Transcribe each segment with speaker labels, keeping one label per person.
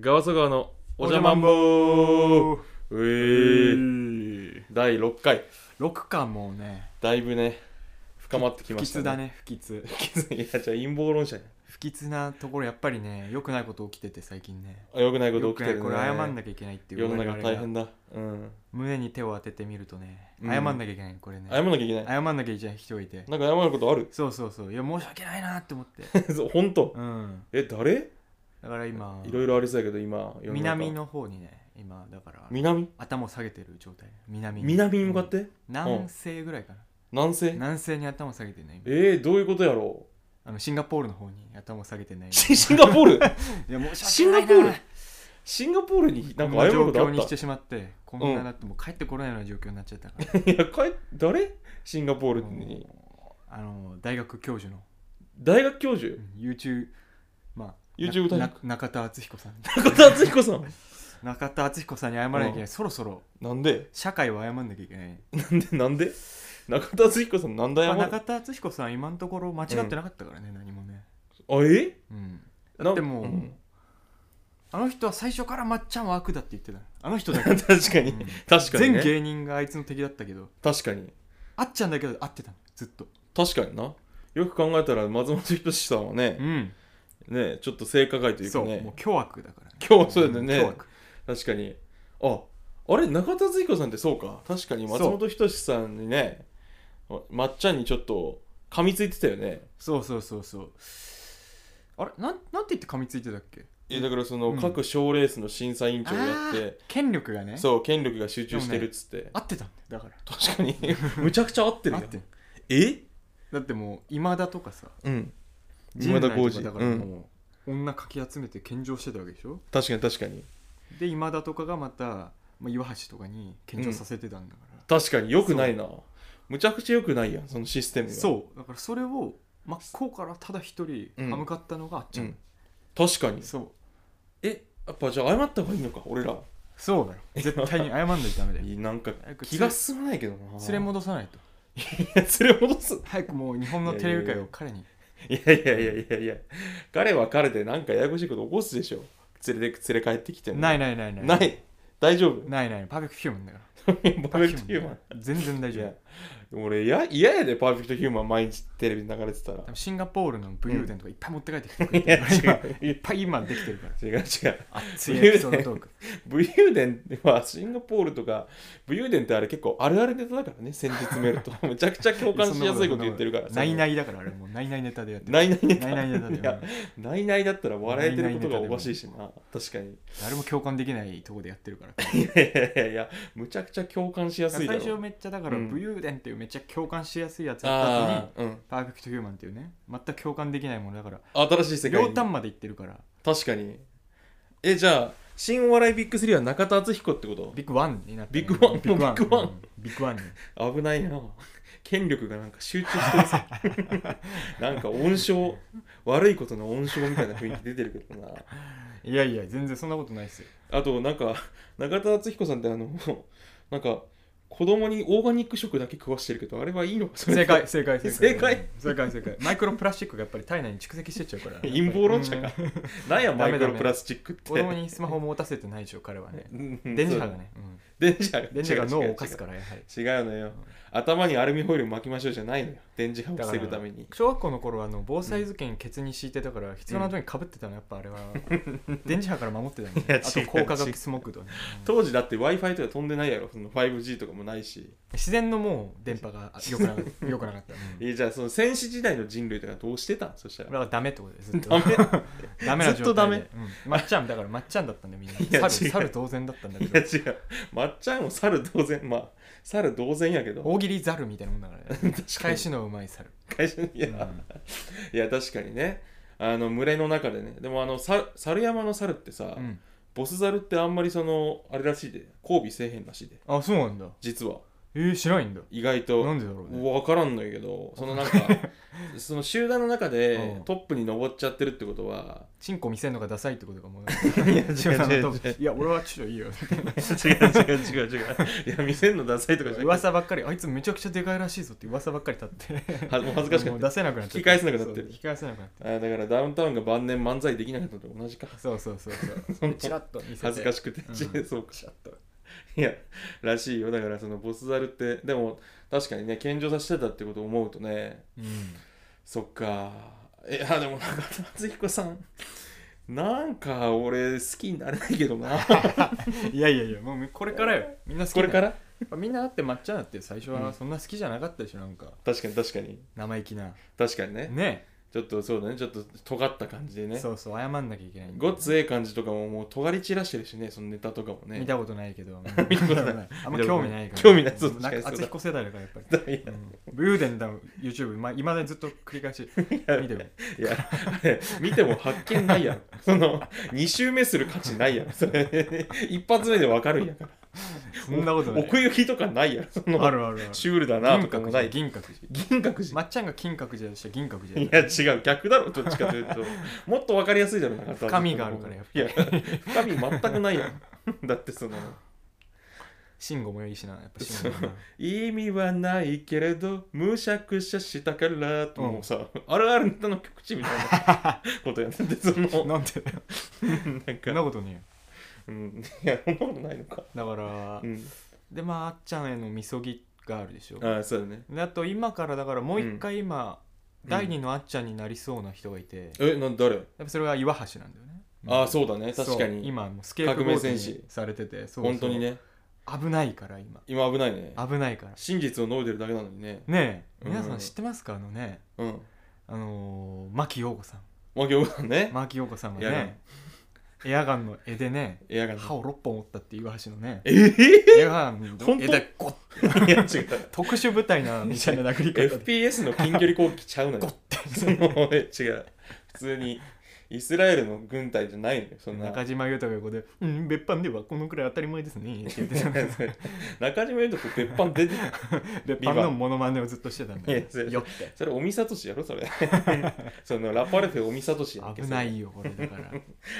Speaker 1: ガワソ川のおじゃまんぼううえー、
Speaker 2: 6
Speaker 1: 第6回
Speaker 2: 巻もうね
Speaker 1: だいぶね深まってき
Speaker 2: 不
Speaker 1: ました
Speaker 2: 吉だね不吉
Speaker 1: 不吉いやじゃあ陰謀論者や
Speaker 2: 不吉なところやっぱりね良くないこと起きてて最近ね
Speaker 1: あよくないこと
Speaker 2: 良
Speaker 1: 起
Speaker 2: く
Speaker 1: き
Speaker 2: な
Speaker 1: て
Speaker 2: い
Speaker 1: るね
Speaker 2: これ謝んなきゃいけないっていう
Speaker 1: 世の中
Speaker 2: 我々が
Speaker 1: 大変だうん
Speaker 2: 胸に手を当ててみるとね
Speaker 1: うん
Speaker 2: 謝んなきゃいけないこれね
Speaker 1: 謝んなきゃいけない
Speaker 2: 謝んなきゃいけない人がいて
Speaker 1: なんか謝ることある
Speaker 2: そうそうそういや申し訳ないなって思って
Speaker 1: そう本当
Speaker 2: うん
Speaker 1: え誰
Speaker 2: だから今
Speaker 1: いろいろありそうやけど今世の中
Speaker 2: 南の方にね今だから
Speaker 1: 南
Speaker 2: 頭を下げてる状態南
Speaker 1: 南に向かって、
Speaker 2: 南西ぐらいかな
Speaker 1: 南西
Speaker 2: 南西に頭を下げてね今
Speaker 1: えー、どういうことやろう
Speaker 2: あのシンガポールの方に頭を下げてね
Speaker 1: シシンガ ポール
Speaker 2: いや申
Speaker 1: シ
Speaker 2: し
Speaker 1: ン
Speaker 2: 訳な
Speaker 1: ガポ
Speaker 2: いな
Speaker 1: ールシンガポールに
Speaker 2: こ
Speaker 1: なんん
Speaker 2: な
Speaker 1: か謝
Speaker 2: 状
Speaker 1: ることあ
Speaker 2: 況
Speaker 1: っ
Speaker 2: にしたてしまってこんななってもう帰ってこないような状況になっちゃったから
Speaker 1: いやかえ誰シンガポールに
Speaker 2: あの大学教授の
Speaker 1: 大学教授
Speaker 2: うん YouTube まあ
Speaker 1: YouTube 大学
Speaker 2: な中田敦彦さん
Speaker 1: 中田敦彦さん
Speaker 2: 中田敦彦さんに謝らなきゃいけない、
Speaker 1: う
Speaker 2: そろそろ
Speaker 1: なんで
Speaker 2: 社会を謝んなきゃいけない、
Speaker 1: なんでなんで中田敦彦さんなんだ
Speaker 2: ま
Speaker 1: よ
Speaker 2: あ、
Speaker 1: あ
Speaker 2: 中田敦彦さん今のところ間違ってなかったからね、何もね、
Speaker 1: え
Speaker 2: うん、
Speaker 1: な
Speaker 2: だってもう、
Speaker 1: ん
Speaker 2: あの人は最初からまっちゃんは悪だって言ってたあの人だけ、
Speaker 1: 確かに
Speaker 2: うん
Speaker 1: 確かに
Speaker 2: 全
Speaker 1: ね
Speaker 2: 芸人があいつの敵だったけど
Speaker 1: 確かに
Speaker 2: あっちゃんだけど合ってたのずっと
Speaker 1: 確かになよく考えたら松本人志さんはね
Speaker 2: うん
Speaker 1: ねちょっと性加害というか
Speaker 2: そう
Speaker 1: ね
Speaker 2: もう凶悪だからね
Speaker 1: 今日そうだよね
Speaker 2: ん凶悪
Speaker 1: 確かにああれ中田敦彦さんってそうか確かに松本人志さんにねまっちゃんにちょっと噛みついてたよね
Speaker 2: そうそうそうそうあれなんなんて言って噛みついてたっけ
Speaker 1: いやだからその
Speaker 2: うん
Speaker 1: 各賞レースの審査委員長をやっ
Speaker 2: あー
Speaker 1: て、
Speaker 2: 権力がね
Speaker 1: そう権力が集中してるっつって、
Speaker 2: 合ってたんだよだから
Speaker 1: 確かに むちゃくちゃ合ってる
Speaker 2: 合
Speaker 1: よ
Speaker 2: ってん
Speaker 1: え
Speaker 2: だってもう今田とかさ
Speaker 1: うん
Speaker 2: 陣
Speaker 1: 今
Speaker 2: 内
Speaker 1: 田
Speaker 2: と
Speaker 1: 耕
Speaker 2: か
Speaker 1: 司
Speaker 2: だ
Speaker 1: う
Speaker 2: から
Speaker 1: ん
Speaker 2: もう、女かき集めて献上してたわけでしょ
Speaker 1: 確かに確かに
Speaker 2: で今田とかがまた、まあ、岩橋とかに献上させてたんだから、
Speaker 1: 確かによくないなむちゃくちゃよくないやんそのシステムが
Speaker 2: そうだからそれを真っ向からただ一人
Speaker 1: うん
Speaker 2: 歯向かったのがあっちゃん、
Speaker 1: ん、確かに
Speaker 2: そう
Speaker 1: えやっぱじゃあ謝った方がいいのか俺ら
Speaker 2: そうだよ絶対に謝んないとダメだよ
Speaker 1: いいなんか
Speaker 2: 早 く
Speaker 1: 気が進まないけどな
Speaker 2: 連れ戻さないと
Speaker 1: いや連れ戻す
Speaker 2: 早くもう日本のテレビ界を彼に
Speaker 1: いやいやいやいやいや彼は彼でなんかややこしいこと起こすでしょ連れて連れ帰ってきても
Speaker 2: ないないないない
Speaker 1: ない大 丈夫
Speaker 2: ないないパーフェクトヒューマンだから
Speaker 1: パーフェクトヒューマン
Speaker 2: 全然大
Speaker 1: い
Speaker 2: 丈夫
Speaker 1: や俺や嫌やでパーフェクトヒューマン毎日テレビに流れてたら
Speaker 2: 多分シンガポールの武勇伝とかいっぱい持って帰ってきてくれ
Speaker 1: い
Speaker 2: て
Speaker 1: や
Speaker 2: る
Speaker 1: 違
Speaker 2: 今
Speaker 1: う
Speaker 2: いっぱい今できてるから
Speaker 1: 違う違う
Speaker 2: 熱いエピソードトーク
Speaker 1: 武勇伝はシンガポールとか武勇伝ってあれ結構あるあるネタだからね先日メール とむちゃくちゃ共感しやすいこと言ってるから
Speaker 2: ないないいだからあれもうないないネタでやってる
Speaker 1: ないないネタ
Speaker 2: ないないネタで
Speaker 1: いやないないだったら笑えてることがおかしいしな確かに
Speaker 2: 誰も共感できないとこでやってるから
Speaker 1: いやいやいやいやむちゃくちゃ共感しやすい
Speaker 2: 最
Speaker 1: だろ
Speaker 2: 初めっちゃだから
Speaker 1: うん
Speaker 2: 武勇伝っていうめっちゃ共感しやすいやつやった後に
Speaker 1: あー、うん、
Speaker 2: パーフェクトヒューマンっていうね全く共感できないものだから
Speaker 1: 新しい世界
Speaker 2: 両
Speaker 1: に
Speaker 2: 端までいってるから
Speaker 1: 確かにえじゃあ新お笑いビッグ3は中田敦彦ってこと
Speaker 2: ビッグワンになってる
Speaker 1: ビッグワン
Speaker 2: ビッグワン
Speaker 1: ビッグワン
Speaker 2: うんビッグワンに
Speaker 1: 危ないな権力がなんか集中してるさ なんか温床悪いことの温床みたいな雰囲気出てるけどない
Speaker 2: やいや全然そんなことないですよ
Speaker 1: あとなんか中田敦彦さんってあのなんか子供にオーガニック食だけ食わしてるけどあれはいいのかそれ
Speaker 2: 正解正解
Speaker 1: 正解
Speaker 2: 正解正解マイクロプラスチックがやっぱり体内に蓄積してっちゃうから
Speaker 1: 陰謀論者
Speaker 2: や
Speaker 1: か
Speaker 2: っぱりうん
Speaker 1: なんや
Speaker 2: ダ
Speaker 1: マ
Speaker 2: メ
Speaker 1: イ
Speaker 2: ダ
Speaker 1: ク
Speaker 2: メ
Speaker 1: ロプラスチックって
Speaker 2: 子供にスマホを持たせてないでしょ彼はね
Speaker 1: うん
Speaker 2: 電磁波がねうん
Speaker 1: 電磁波が
Speaker 2: 電磁波が脳を犯
Speaker 1: 違う違う違う
Speaker 2: すからやは
Speaker 1: 違
Speaker 2: り
Speaker 1: うのよ、頭にアルミホイル巻きましょうじゃないのよ電磁波を防ぐために
Speaker 2: 小学校の頃はあの防災頭巾ケツに敷いてたから必要な時にかぶってたのやっぱあれは電磁波から守ってたのね
Speaker 1: いや違う
Speaker 2: あと高化学スモッグとねうん
Speaker 1: 当時だって w i f i とか飛んでないやろその 5G とかもないし、
Speaker 2: 自然のもう電波が良くなかった良くなかったうん
Speaker 1: えじゃあその戦士時代の人類とかどうしてたんそした
Speaker 2: 俺
Speaker 1: ら
Speaker 2: はダメってことですずっと
Speaker 1: ダメ
Speaker 2: ダメな状態で
Speaker 1: ずっとダメ
Speaker 2: うんまっちゃんだからまっちゃんだったんだよみん
Speaker 1: いや
Speaker 2: な
Speaker 1: 違
Speaker 2: 猿
Speaker 1: う
Speaker 2: 猿同然だったんだけ
Speaker 1: いや
Speaker 2: ど
Speaker 1: 違うまっちゃんも猿同然まあ猿同然やけど
Speaker 2: 大喜利猿みたいなもんだからね返しのうまい猿
Speaker 1: 会社いや、
Speaker 2: うん
Speaker 1: いや確かにねあの群れの中でねでもあのさ猿山の猿ってさ、
Speaker 2: うん
Speaker 1: ボス猿ってあんまりそのあれらしいで交尾せえへんらしいで
Speaker 2: あそうなんだ
Speaker 1: 実は
Speaker 2: えー、しないんだ
Speaker 1: 意外と
Speaker 2: なんでだろうね
Speaker 1: 分からんのやけどそのなんか その集団の中
Speaker 2: う
Speaker 1: で
Speaker 2: ん
Speaker 1: トップに上っちゃってるってことは
Speaker 2: チンコ見せるのがダサいってことかもう
Speaker 1: い や違う
Speaker 2: 自分の
Speaker 1: 違う
Speaker 2: トップいや俺はちょっといい よ
Speaker 1: 違う違う違う違ういや見せんのダサいとかじゃなくて
Speaker 2: 噂ばっかりあいつめちゃくちゃでかいらしいぞって噂ばっかり立って
Speaker 1: はもう恥ずかしか
Speaker 2: も
Speaker 1: っ
Speaker 2: う
Speaker 1: た
Speaker 2: 出せなくなっちゃ
Speaker 1: 引き返せなくなってる
Speaker 2: そう引き返せなくなって
Speaker 1: あーだからダウンタウンが晩年漫才できなかったのと同じか
Speaker 2: そうそうそう
Speaker 1: そ
Speaker 2: そ
Speaker 1: の
Speaker 2: うチラッと見せて
Speaker 1: 恥ずか
Speaker 2: し
Speaker 1: しくて、
Speaker 2: うん
Speaker 1: そうか
Speaker 2: チラッと
Speaker 1: いやらしいよだからそのボスザルってでも確かにね健常させてたってことを思うとね
Speaker 2: うん
Speaker 1: そっかいやでも中田敦彦さんなんか俺好きになれないけど な
Speaker 2: いやいやいやもうこれからよみんな好き
Speaker 1: これからら
Speaker 2: みんなだって抹茶だって最初
Speaker 1: う
Speaker 2: は
Speaker 1: ん
Speaker 2: そんな好きじゃなかったでしょなんか
Speaker 1: 確かに確かに
Speaker 2: 生意気な
Speaker 1: 確かにね
Speaker 2: ね
Speaker 1: ちょっとそうだねちょっと尖った感じでね
Speaker 2: そうそう謝んなきゃいけないんだ
Speaker 1: ご
Speaker 2: よ
Speaker 1: っつええ感じとかももう尖り散らしてるしねそのネタとかもね
Speaker 2: 見たことないけ ど
Speaker 1: 見たことない
Speaker 2: あんま興味ないから
Speaker 1: 興味ないそう確
Speaker 2: な
Speaker 1: か
Speaker 2: ん
Speaker 1: に
Speaker 2: か
Speaker 1: そうだ
Speaker 2: 厚彦世代だからやっぱり
Speaker 1: いやい
Speaker 2: うん武勇伝だ YouTube まあいまだにずっと繰り返し
Speaker 1: や
Speaker 2: 見てる
Speaker 1: いや あれ見ても発見ないやろその2周目する価値ないやろそれ一発目でわかるんやから
Speaker 2: そんなことない
Speaker 1: 奥行きとかないやろその
Speaker 2: あるあるある
Speaker 1: シュールだなと
Speaker 2: 銀
Speaker 1: か
Speaker 2: 閣
Speaker 1: もな
Speaker 2: 寺
Speaker 1: い
Speaker 2: 銀閣寺
Speaker 1: 銀閣寺
Speaker 2: まっちゃんが金閣寺だとしたら銀閣寺
Speaker 1: い
Speaker 2: だ
Speaker 1: や
Speaker 2: よ
Speaker 1: 違う逆だろどっちかというともっと分かりやすいだろなかった
Speaker 2: 深みがあるからやっぱ
Speaker 1: いや深み全くないやんだってその
Speaker 2: 慎吾もいいしなやっぱ慎吾もな
Speaker 1: 意味はないけれどむしゃくしゃしたからともうさ、あるあるネタの極致みたいなことやっててその
Speaker 2: なんで
Speaker 1: なん
Speaker 2: そんな
Speaker 1: か、
Speaker 2: ことねえよ
Speaker 1: うん、いやそんなことないのか、
Speaker 2: だから
Speaker 1: うん、
Speaker 2: でまああっちゃんへのみそぎがあるでしょ
Speaker 1: ああそうだね
Speaker 2: であと今からだからもう
Speaker 1: う
Speaker 2: 一
Speaker 1: ん
Speaker 2: 回今、
Speaker 1: うん
Speaker 2: 第二のあっちゃんになりそうな人がいて、やっ
Speaker 1: えなん誰、
Speaker 2: ぱそれが岩橋なんだよね、
Speaker 1: ああ
Speaker 2: う
Speaker 1: そうだね
Speaker 2: そう
Speaker 1: 確かに
Speaker 2: 今もうスケープゴート
Speaker 1: 革命戦
Speaker 2: に
Speaker 1: 士
Speaker 2: されててそうそう
Speaker 1: 本当にね
Speaker 2: 危ないから今
Speaker 1: 今危ないね
Speaker 2: 危ないから
Speaker 1: 真実を述べてるだけなのにね
Speaker 2: ねえ
Speaker 1: うん
Speaker 2: 皆さん知ってますか、あのね
Speaker 1: うん
Speaker 2: あのー、牧陽子さん
Speaker 1: まあ今日はね、
Speaker 2: 牧陽子さんが
Speaker 1: エアガン
Speaker 2: ねエアガンの絵でね
Speaker 1: エアガン
Speaker 2: 歯を6本折ったっていう橋のね
Speaker 1: ええ
Speaker 2: エアガンの
Speaker 1: 本当
Speaker 2: 絵でゴッ
Speaker 1: いや違う
Speaker 2: 特殊部隊な みたいな殴り方で
Speaker 1: FPS の近距離攻撃ちゃうのよ
Speaker 2: ゴッ
Speaker 1: そのえ違う普通にイスラエルの軍隊じゃないのよそんな
Speaker 2: 中島裕太が横で「うん別班ではこのくらい当たり前ですね」って言って たんです
Speaker 1: 中島裕斗って別班出てる
Speaker 2: 別班のモノマネをずっとしてたんだよ
Speaker 1: いやそれ
Speaker 2: よって
Speaker 1: それ尾身聡やろそれそのラパルフェ尾身聡やんけ
Speaker 2: 危ないよこれだから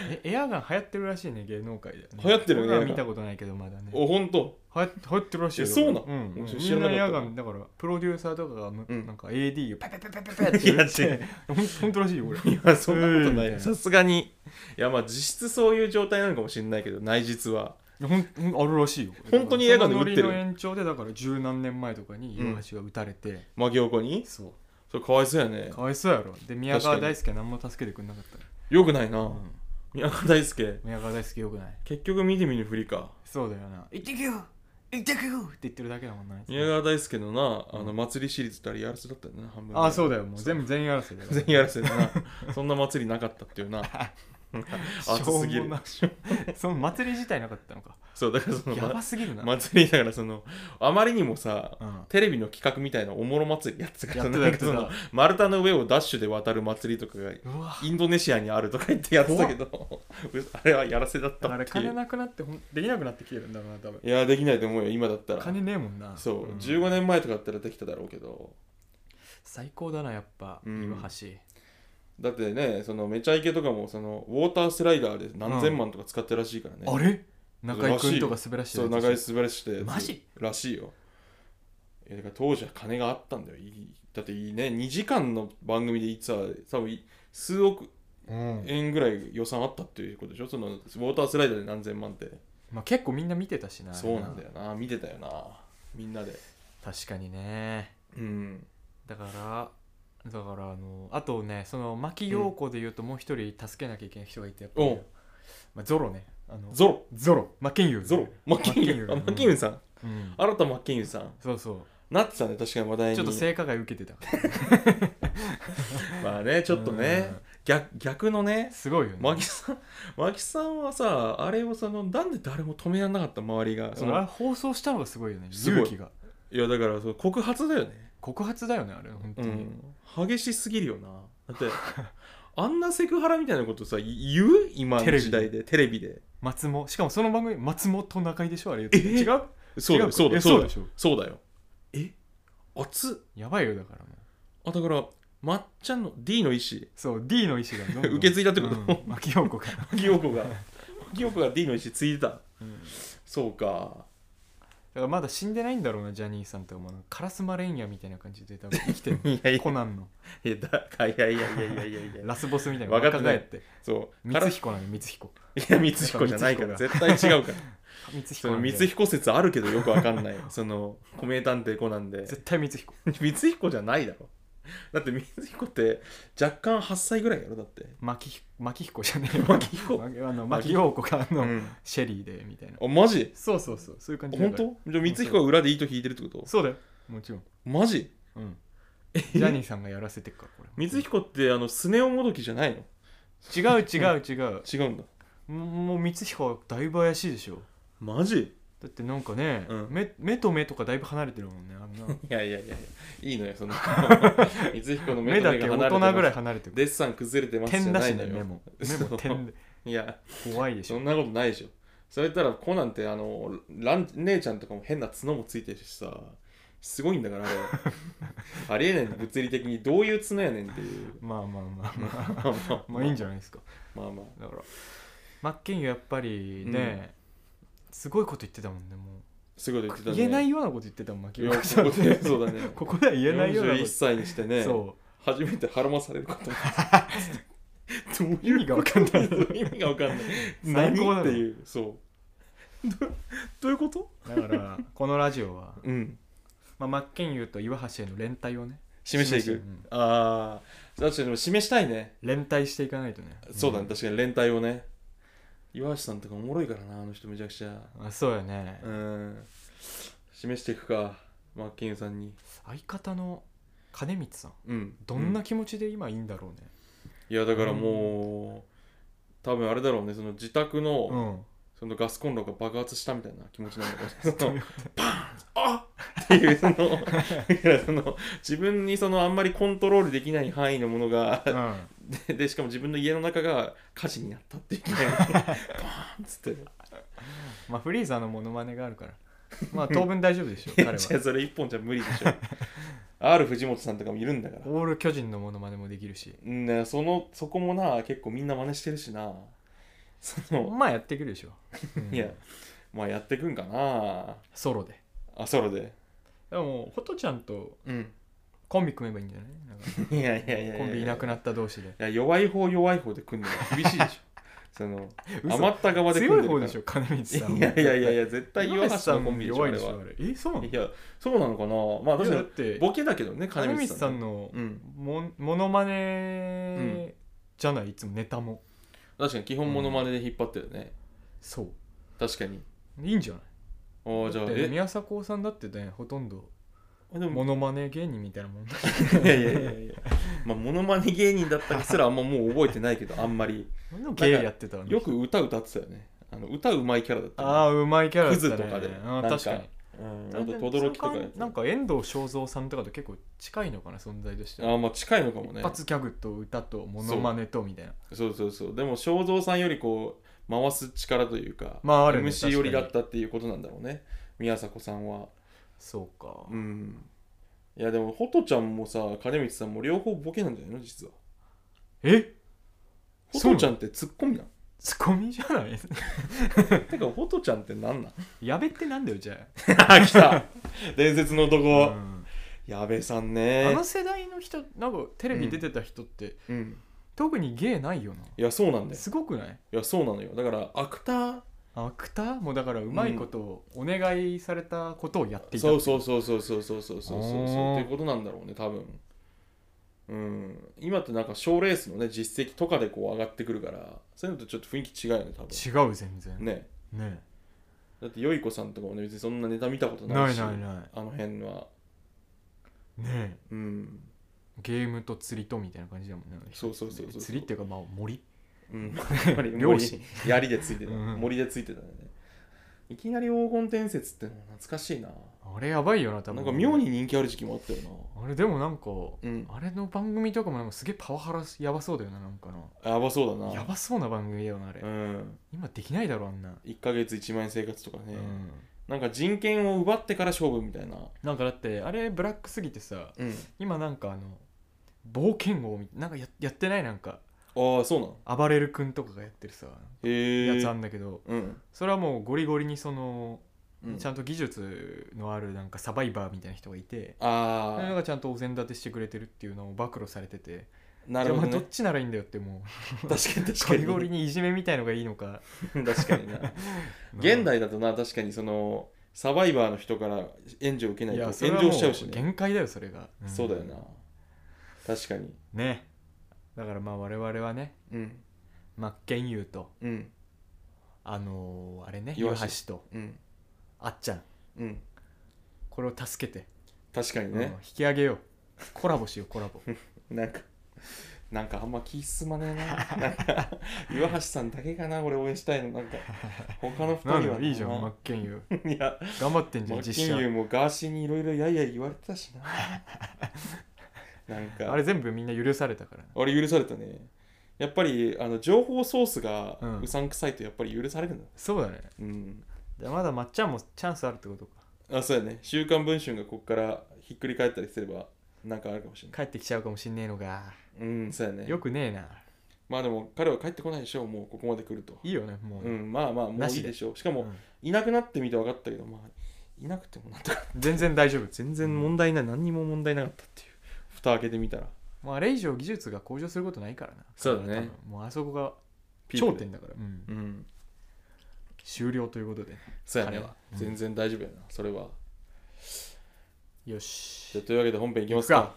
Speaker 2: えエアガン流行ってるらしいね芸能界で、ね、
Speaker 1: 流行ってるよね
Speaker 2: 僕は
Speaker 1: エアガン
Speaker 2: 見たことないけどまだね
Speaker 1: それ
Speaker 2: 流
Speaker 1: お本当
Speaker 2: 行って流行ってるらしいよ
Speaker 1: えそうなの
Speaker 2: うん、うん
Speaker 1: 俺
Speaker 2: み
Speaker 1: 知ら
Speaker 2: ん
Speaker 1: なか
Speaker 2: な
Speaker 1: った
Speaker 2: エアガンだからプロデューサーとかがむ、
Speaker 1: うん
Speaker 2: なんか AD をペペペペペペってやっ
Speaker 1: いや違
Speaker 2: てほん本当らしいよ俺
Speaker 1: いやそんなことな
Speaker 2: う
Speaker 1: い
Speaker 2: ん
Speaker 1: よさすがにいやまあ実質そういう状態なのかもしれないけど内実は
Speaker 2: ほんほんあるらしいよ
Speaker 1: 本当にエアガンで撃ってる
Speaker 2: そのノリの延長でだから十何年前とかに岩橋が撃たれて、
Speaker 1: 真横に
Speaker 2: そ
Speaker 1: それかわいそうやね
Speaker 2: うかわいそうやろで宮川大輔は何も助けてくれなかった
Speaker 1: よくないな、
Speaker 2: うん
Speaker 1: 宮川大輔
Speaker 2: 宮川大輔よくない
Speaker 1: 結局見て見ぬふりか
Speaker 2: そうだよな行ってくよ行ってくよって言ってるだけだもんなあいつ
Speaker 1: 宮川大輔のなあの
Speaker 2: うん
Speaker 1: 祭りシリーズってあれやらせだったよね半分
Speaker 2: あそう
Speaker 1: だ
Speaker 2: だよもう全部全員争いだよ
Speaker 1: 全員やらせだなそんな祭りなかったっていう な熱すぎ
Speaker 2: しょ
Speaker 1: る
Speaker 2: う もなその祭り自体なかったのか
Speaker 1: そうだからその
Speaker 2: やば
Speaker 1: ます
Speaker 2: ぎるな、
Speaker 1: 祭りだからそのあまりにもさ
Speaker 2: うん
Speaker 1: テレビの企画みたいなおもろ祭りやってたから
Speaker 2: やってた
Speaker 1: なんかそ
Speaker 2: やっ
Speaker 1: の
Speaker 2: て
Speaker 1: 丸太の上をダッシュで渡る祭りとかが
Speaker 2: うわ
Speaker 1: インドネシアにあるとか言ってやってたけど あれはやらせだっ
Speaker 2: だ
Speaker 1: た
Speaker 2: か
Speaker 1: っ
Speaker 2: ら
Speaker 1: てい
Speaker 2: 金
Speaker 1: う
Speaker 2: なくなってほんできなくなってきてるんだろうな多分
Speaker 1: いやできないと思うよ今だったら
Speaker 2: 金ねえもんな
Speaker 1: そう、
Speaker 2: ん
Speaker 1: 15年前とかだったらできただろうけど
Speaker 2: 最高だなやっぱ
Speaker 1: うん
Speaker 2: 岩橋
Speaker 1: だってねそのめちゃイケとかもそのウォータースライダーで何千万とか使ってるらしいからね、
Speaker 2: あれ中居君とか滑らして
Speaker 1: そう長
Speaker 2: や
Speaker 1: い
Speaker 2: つ
Speaker 1: 滑らしてたやつ
Speaker 2: マジ
Speaker 1: らしいよいやだから当時は金があったんだよいいだっていいね2時間の番組でいつは多分い数億
Speaker 2: うん
Speaker 1: 円ぐらい予算あったっていうことでしょそのウォータースライダーで何千万って
Speaker 2: まあ結構みんな見てたしな
Speaker 1: そうなんだよな見てたよなみんなで
Speaker 2: 確かにね
Speaker 1: うん
Speaker 2: だからだからあのあとねその牧陽子で言うともう一人助けなきゃいけない人がいてやっぱり
Speaker 1: おう
Speaker 2: まあ、ゾロねあの
Speaker 1: ゾロ
Speaker 2: ゾロマッケンユー
Speaker 1: ゾロマッキンユ
Speaker 2: マ
Speaker 1: ーあマッキ
Speaker 2: ッケ
Speaker 1: ンユ
Speaker 2: ンユ
Speaker 1: ー
Speaker 2: ー
Speaker 1: さん
Speaker 2: うん
Speaker 1: 新田マッキンユーさん
Speaker 2: そうそ
Speaker 1: なってたね確かに話題
Speaker 2: う
Speaker 1: に
Speaker 2: ちょっと性加害受けてたから
Speaker 1: まあねちょっとね
Speaker 2: うん
Speaker 1: 逆逆のね
Speaker 2: すごいよね
Speaker 1: マキさんマキさんはさあれをそのなんで誰も止められなかった周りがそ
Speaker 2: そのあれ
Speaker 1: の
Speaker 2: 放送したのがすごいよね
Speaker 1: すごい
Speaker 2: 勇気が
Speaker 1: いやだからその告発だよね
Speaker 2: 告発だよねあれ本当
Speaker 1: う
Speaker 2: に、
Speaker 1: ん激しすぎるよなだって あんなセクハラみたいなことさ言う今の時代でテレビで
Speaker 2: 松本しかもその番組松本と中居でしょあれ言って
Speaker 1: え
Speaker 2: 違う
Speaker 1: そうだ
Speaker 2: 違
Speaker 1: よ
Speaker 2: か
Speaker 1: そうだ
Speaker 2: いや
Speaker 1: よ
Speaker 2: そ
Speaker 1: そううだ
Speaker 2: で
Speaker 1: よ
Speaker 2: しょ
Speaker 1: そうだよえ熱っ
Speaker 2: やばいよだからもう
Speaker 1: あだからまっちゃんの D の意思
Speaker 2: そう D の意思がどんどん
Speaker 1: 受け継いだってこと
Speaker 2: うん、牧陽子が、
Speaker 1: 牧陽 子が牧陽子が D の意思ついてた
Speaker 2: うんだ
Speaker 1: そうか
Speaker 2: からまだ死んでないんだろうなジャニーさんとはもうカラスマレンヤみたいな感じで多分生き てる
Speaker 1: いやいや
Speaker 2: コナンの
Speaker 1: いやだいやいやいやいやいやいや
Speaker 2: ラスボスみたいな
Speaker 1: 分かってない
Speaker 2: 若返って
Speaker 1: そう
Speaker 2: 光
Speaker 1: い
Speaker 2: 彦なんで光彦
Speaker 1: や光彦じゃないから
Speaker 2: 光
Speaker 1: 絶対違 うから
Speaker 2: 光彦
Speaker 1: その
Speaker 2: なんで
Speaker 1: 光彦説あるけどよくわかんないその古名探偵コナン で
Speaker 2: 絶対光彦
Speaker 1: 光彦じゃないだろだって光彦って若干8歳ぐらいやろだって
Speaker 2: 牧ひ牧彦じゃねえよ
Speaker 1: 牧彦
Speaker 2: 牧あの牧陽子があの、
Speaker 1: うん
Speaker 2: シェリーでみたいな
Speaker 1: あマジ
Speaker 2: そうそうそうそういう感じだ
Speaker 1: 本
Speaker 2: から
Speaker 1: 当じゃあ光彦は裏で糸引いてるってこと
Speaker 2: そうだよもちろん、
Speaker 1: マジ
Speaker 2: うん、ジャニーさんがやらせてっからこれ
Speaker 1: 光彦ってあのスネ夫もどきじゃないの
Speaker 2: 違う違う違う
Speaker 1: 違うんだ
Speaker 2: もう光彦だいぶ怪しいでしょ
Speaker 1: マジ
Speaker 2: だってなんかね、
Speaker 1: うん
Speaker 2: 目目と目とかだいぶ離れてるもんねあんない
Speaker 1: やいやいやいやいいのよそ の光彦 の目
Speaker 2: 目
Speaker 1: と
Speaker 2: だ
Speaker 1: 目
Speaker 2: け
Speaker 1: が
Speaker 2: 大
Speaker 1: 離れて
Speaker 2: 人ぐらい
Speaker 1: い
Speaker 2: 離れてる
Speaker 1: デッサン崩れてますじ
Speaker 2: 点
Speaker 1: ゃ
Speaker 2: だ
Speaker 1: な
Speaker 2: し
Speaker 1: いの
Speaker 2: ね
Speaker 1: よ
Speaker 2: 目も目
Speaker 1: そう
Speaker 2: も点で
Speaker 1: いや
Speaker 2: 怖いでし
Speaker 1: そ
Speaker 2: ょ
Speaker 1: んなことないでしょそれ言ったらコナンってあのラン姉ちゃんとかも変な角もついてるしさすごいんだ からあれありえないんだ物理的にどういう角やねんっていう
Speaker 2: まあまあまあまあ
Speaker 1: まあま
Speaker 2: まあいいんじゃないですか
Speaker 1: あまあまあ
Speaker 2: だからマッケンユやっぱりね、すごいこと言ってたもんねも
Speaker 1: すごいこと言ってた
Speaker 2: う
Speaker 1: ね
Speaker 2: 言えないようなこと言ってたもんマッケ
Speaker 1: い
Speaker 2: ンユ
Speaker 1: やここでそうだね
Speaker 2: ここでは言えないようなこと
Speaker 1: 41歳にしてね
Speaker 2: そ
Speaker 1: 初めて孕まされることにどう
Speaker 2: う意味が分かんない
Speaker 1: 意味が分かんない
Speaker 2: 最高
Speaker 1: 何
Speaker 2: だね
Speaker 1: っていうそうどどういうこと
Speaker 2: だからこのラジ オは、
Speaker 1: うん
Speaker 2: まあ、マッケンユと岩橋への連帯をね
Speaker 1: 示してい
Speaker 2: 示し
Speaker 1: く
Speaker 2: てうん
Speaker 1: ああ確かにでも示したいね
Speaker 2: 連帯していかないとね
Speaker 1: そうだね、
Speaker 2: ん
Speaker 1: 確かに連帯をね。岩橋さんとかおもろいからな、あの人めちゃくちゃ。
Speaker 2: あそうやね、
Speaker 1: うん。示していくか、マッキンユーさんに。
Speaker 2: 相方の金光さん
Speaker 1: うん。
Speaker 2: どん
Speaker 1: う
Speaker 2: な気持ちで今いいんだろうね
Speaker 1: いや、だからもう、多分あれだろうね、その自宅の、
Speaker 2: うん
Speaker 1: そのガスコンロが爆発したみたいな気持ちなんだけ ど、そのあっていう、その、 いやその自分にそのあんまりコントロールできない範囲のものが、
Speaker 2: うん
Speaker 1: ででしかも自分の家の中が火事になったっていうね、バーンっつって。
Speaker 2: まあフリーザのモノマネがあるからまあ当分大丈夫でしょ彼 は
Speaker 1: じゃあそれ一本じゃ無理でし ょ R 藤本さんとかもいるんだから
Speaker 2: オール巨人のモノマネもできるし
Speaker 1: うんねそのそこもな結構みんな真似してるしなその
Speaker 2: まあやってくるでしょ、うん
Speaker 1: いやまあやってくんかな
Speaker 2: ソロで
Speaker 1: あソロで
Speaker 2: でももうホトちゃんと
Speaker 1: うん
Speaker 2: コンビ組めばいいんじゃないなん か
Speaker 1: いやいやいや
Speaker 2: コンビいなく
Speaker 1: い
Speaker 2: なった同士で
Speaker 1: や弱い方弱い方で組んでる厳しいでしょ その
Speaker 2: 嘘
Speaker 1: 余った側で組ん
Speaker 2: 強
Speaker 1: で
Speaker 2: い
Speaker 1: る
Speaker 2: 方
Speaker 1: から
Speaker 2: でしょ金光さん
Speaker 1: いやいやいやい
Speaker 2: や
Speaker 1: や絶対岩橋さんのコンビでしょあ
Speaker 2: 弱い
Speaker 1: れ
Speaker 2: でしょ
Speaker 1: は
Speaker 2: あれえそうなの
Speaker 1: いやそうなのかなまあ確
Speaker 2: い
Speaker 1: か
Speaker 2: やだ
Speaker 1: に
Speaker 2: って
Speaker 1: ボケだけどね金
Speaker 2: 金
Speaker 1: 光
Speaker 2: 光
Speaker 1: さ
Speaker 2: さ
Speaker 1: ん
Speaker 2: んの
Speaker 1: うん
Speaker 2: もモノマネじゃないいつもネタも
Speaker 1: 確かに基本モノマネで引っ張ってるね
Speaker 2: そう
Speaker 1: 確かに
Speaker 2: いいんじゃない
Speaker 1: おーじゃあ
Speaker 2: だって宮迫さんだってねほとんど
Speaker 1: えでも
Speaker 2: モノマネ芸人みたいなもんだし
Speaker 1: いやいやいやいや、まあ、モノマネ芸人だった りすらあんまもう覚えてないけど、あんまり。
Speaker 2: 何の芸やってたの
Speaker 1: よく歌歌ってたよね。あの歌うまいキャラだった、ね。
Speaker 2: ああうまいキャラだったね
Speaker 1: クズとかで
Speaker 2: あ
Speaker 1: なん
Speaker 2: ー
Speaker 1: か
Speaker 2: 確かに
Speaker 1: うん、あと、轟とかやってた
Speaker 2: なんか遠藤正造さんとかと結構近いのかな存在として
Speaker 1: あーまあ近いのかもね
Speaker 2: 一。発ギャグと歌とモノマネとみたいな
Speaker 1: そうそうそう。でも、正蔵さんよりこう、回す力というか、
Speaker 2: まああるね
Speaker 1: MC 寄りだっ
Speaker 2: 確
Speaker 1: たっていうことなんだろうね。宮迫さんは。
Speaker 2: そうか
Speaker 1: うん。いや、でも、ホトちゃんもさ、金光さんも両方ボケなんじゃないの実は。
Speaker 2: え
Speaker 1: ホトちゃんってツッコミなん
Speaker 2: ツッコミじゃない
Speaker 1: てか、ホトちゃんってなんなん
Speaker 2: やべってなんだよじゃ
Speaker 1: あ、来た伝説の
Speaker 2: あ
Speaker 1: 男
Speaker 2: う。ん
Speaker 1: 矢部さん
Speaker 2: あ
Speaker 1: ね
Speaker 2: の世代の人なんかテレビ出てた人って
Speaker 1: うん
Speaker 2: 特に芸ないよ
Speaker 1: いやそうなんだ
Speaker 2: な
Speaker 1: よ
Speaker 2: すごくない
Speaker 1: いやそうなのよだからアクター
Speaker 2: アクターもだからうまいことをお願いされたことをやっていた
Speaker 1: そうそうそうそうそうそうそうそうそう
Speaker 2: あ
Speaker 1: そう
Speaker 2: ー
Speaker 1: っていうことなんだろうね多分うん今ってなんか賞レースのね実績とかでこう上がってくるからそういうのとちょっと雰囲気違うよね多分
Speaker 2: 違う全然ね
Speaker 1: ねだってよい子さんとかもね別にそんなネタ見たことな
Speaker 2: ないい
Speaker 1: し
Speaker 2: ないな
Speaker 1: あの辺はい
Speaker 2: ね
Speaker 1: うん、
Speaker 2: ゲームと釣りとみたいな感じだもんね
Speaker 1: そうそうそうそう
Speaker 2: 釣りっていうかまあ森
Speaker 1: うん、やっぱり
Speaker 2: 漁師
Speaker 1: 森槍でついてた
Speaker 2: うん
Speaker 1: 森でついてたねいきなり黄金伝説ってのも懐かしいな
Speaker 2: あれやばいよな多分
Speaker 1: なんか妙に人気ある時期もあったよな
Speaker 2: あれでもなんか
Speaker 1: うん
Speaker 2: あれの番組とかもなんかすげえパワハラやばそうだよななんかな
Speaker 1: やばそうだな
Speaker 2: やばそうな番組だよなあれ
Speaker 1: うん
Speaker 2: 今できないだろあんな
Speaker 1: 1ヶ月1万円生活とかね、
Speaker 2: うん
Speaker 1: なんか人権を奪ってから勝負みたいな
Speaker 2: なんかだってあれブラックすぎてさ
Speaker 1: うん
Speaker 2: 今なんかあの冒険王みなんかややってないなんか
Speaker 1: ああそうなの
Speaker 2: 暴れる君とかがやってるさ
Speaker 1: へえ
Speaker 2: やつあんだけど
Speaker 1: うん、
Speaker 2: それはもうゴリゴリにその
Speaker 1: うん、
Speaker 2: ちゃんと技術のあるなんかサバイバーみたいな人がいてそれ
Speaker 1: あ
Speaker 2: がちゃんとお膳立てしてくれてるっていうのを暴露されてて
Speaker 1: あなるほ
Speaker 2: じゃあまあ
Speaker 1: ど
Speaker 2: ど
Speaker 1: ね
Speaker 2: っちならいいんだよっても
Speaker 1: 確かに確
Speaker 2: うゴ
Speaker 1: か
Speaker 2: リゴリ
Speaker 1: に
Speaker 2: にいじめみたいのがいいのか
Speaker 1: 確かにな現代だとな確かにそのサバイバーの人から援助を受けない
Speaker 2: い
Speaker 1: と
Speaker 2: やそれは
Speaker 1: 炎
Speaker 2: も
Speaker 1: 上しちゃうし
Speaker 2: う
Speaker 1: ね
Speaker 2: 限界だよそれが、ん
Speaker 1: そうだよな確かに
Speaker 2: ねだからまあ我々はね
Speaker 1: うん
Speaker 2: 真っ健優と
Speaker 1: うん
Speaker 2: あのー、あれね
Speaker 1: 岩
Speaker 2: 岩
Speaker 1: 橋
Speaker 2: 橋と
Speaker 1: うん
Speaker 2: あっちゃん
Speaker 1: うん
Speaker 2: これを助けて、
Speaker 1: 確かに
Speaker 2: うん引
Speaker 1: ね、
Speaker 2: き上げようコラボしようコ ラボ
Speaker 1: なんかなんかあんま気進まねえななんか岩橋さんだけかな俺応援したいのなんか他の二人
Speaker 2: な
Speaker 1: は
Speaker 2: んだ
Speaker 1: な
Speaker 2: よいいじゃん真っ健優
Speaker 1: いや
Speaker 2: 頑張ってんじ
Speaker 1: マ
Speaker 2: ゃん
Speaker 1: ッ
Speaker 2: 実
Speaker 1: キンユー
Speaker 2: 写
Speaker 1: もガーシーにいろいろやいやい言われてたし ななんか
Speaker 2: あれ全部みんな許されたからな
Speaker 1: 俺許されたねやっぱりあの情報ソースが
Speaker 2: うん
Speaker 1: うさんくさいとやっぱり許されるんだ
Speaker 2: そうだね
Speaker 1: うん、
Speaker 2: じゃあまだまっちゃんもチャンスあるってことか
Speaker 1: あそうやね「週刊文春」がここからひっくり返ったりすればなんかあるかもしれない
Speaker 2: 帰ってきちゃうかもしんねえのが
Speaker 1: うんそうやね
Speaker 2: よくねえな
Speaker 1: まあでも彼は帰ってこないでしょうもうここまで来ると
Speaker 2: いいよねもう、
Speaker 1: うんまあまあも
Speaker 2: な
Speaker 1: う
Speaker 2: し
Speaker 1: い
Speaker 2: で
Speaker 1: いでしょうしかも、
Speaker 2: うん
Speaker 1: いなくなってみて分かったけどまあいなくてもなんとか
Speaker 2: 全然大丈夫
Speaker 1: 全然問題ない何にも問題なかったっていう蓋開けてみたら
Speaker 2: もうあれ以上技術が向上することないからな
Speaker 1: そうだね
Speaker 2: 多分もうあそこが
Speaker 1: ピーク
Speaker 2: 頂
Speaker 1: で
Speaker 2: 点だから、うん
Speaker 1: うん
Speaker 2: 終了ということで
Speaker 1: そうやね
Speaker 2: 彼はうん
Speaker 1: 全然大丈夫やなそれは
Speaker 2: よ
Speaker 1: じゃ
Speaker 2: し
Speaker 1: あというわけで本編いきます
Speaker 2: 行く
Speaker 1: か
Speaker 2: か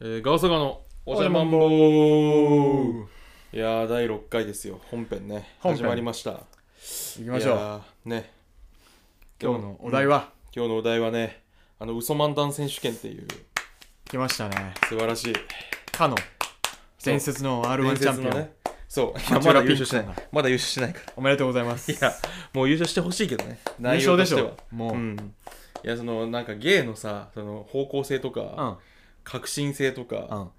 Speaker 1: えー、ガオサガのおじゃまんぼー
Speaker 2: 行
Speaker 1: いやー第6回ですよ本編ね
Speaker 2: 本編
Speaker 1: 始まりました
Speaker 2: き
Speaker 1: い
Speaker 2: ましょう
Speaker 1: やーね
Speaker 2: 今日のお題は、
Speaker 1: 今日のお題はねあの嘘漫談選手権っていう
Speaker 2: 来ましたね
Speaker 1: 素晴らしい
Speaker 2: かの伝説の R1
Speaker 1: 伝
Speaker 2: チャン
Speaker 1: 説
Speaker 2: ピ
Speaker 1: の
Speaker 2: オン、
Speaker 1: ねそうい
Speaker 2: マ
Speaker 1: や
Speaker 2: チュ
Speaker 1: ま
Speaker 2: ラ
Speaker 1: だ
Speaker 2: ピ
Speaker 1: 優
Speaker 2: ンク
Speaker 1: 勝してないまだ優勝してないから
Speaker 2: おめでとうございます
Speaker 1: いやもう優勝してほしいけどね
Speaker 2: 優勝でし
Speaker 1: 内容
Speaker 2: ょ
Speaker 1: と
Speaker 2: もう、
Speaker 1: ては
Speaker 2: う
Speaker 1: うんんいやそのなんか芸のさその方向性と
Speaker 2: う
Speaker 1: か、
Speaker 2: ん
Speaker 1: 革新性とか、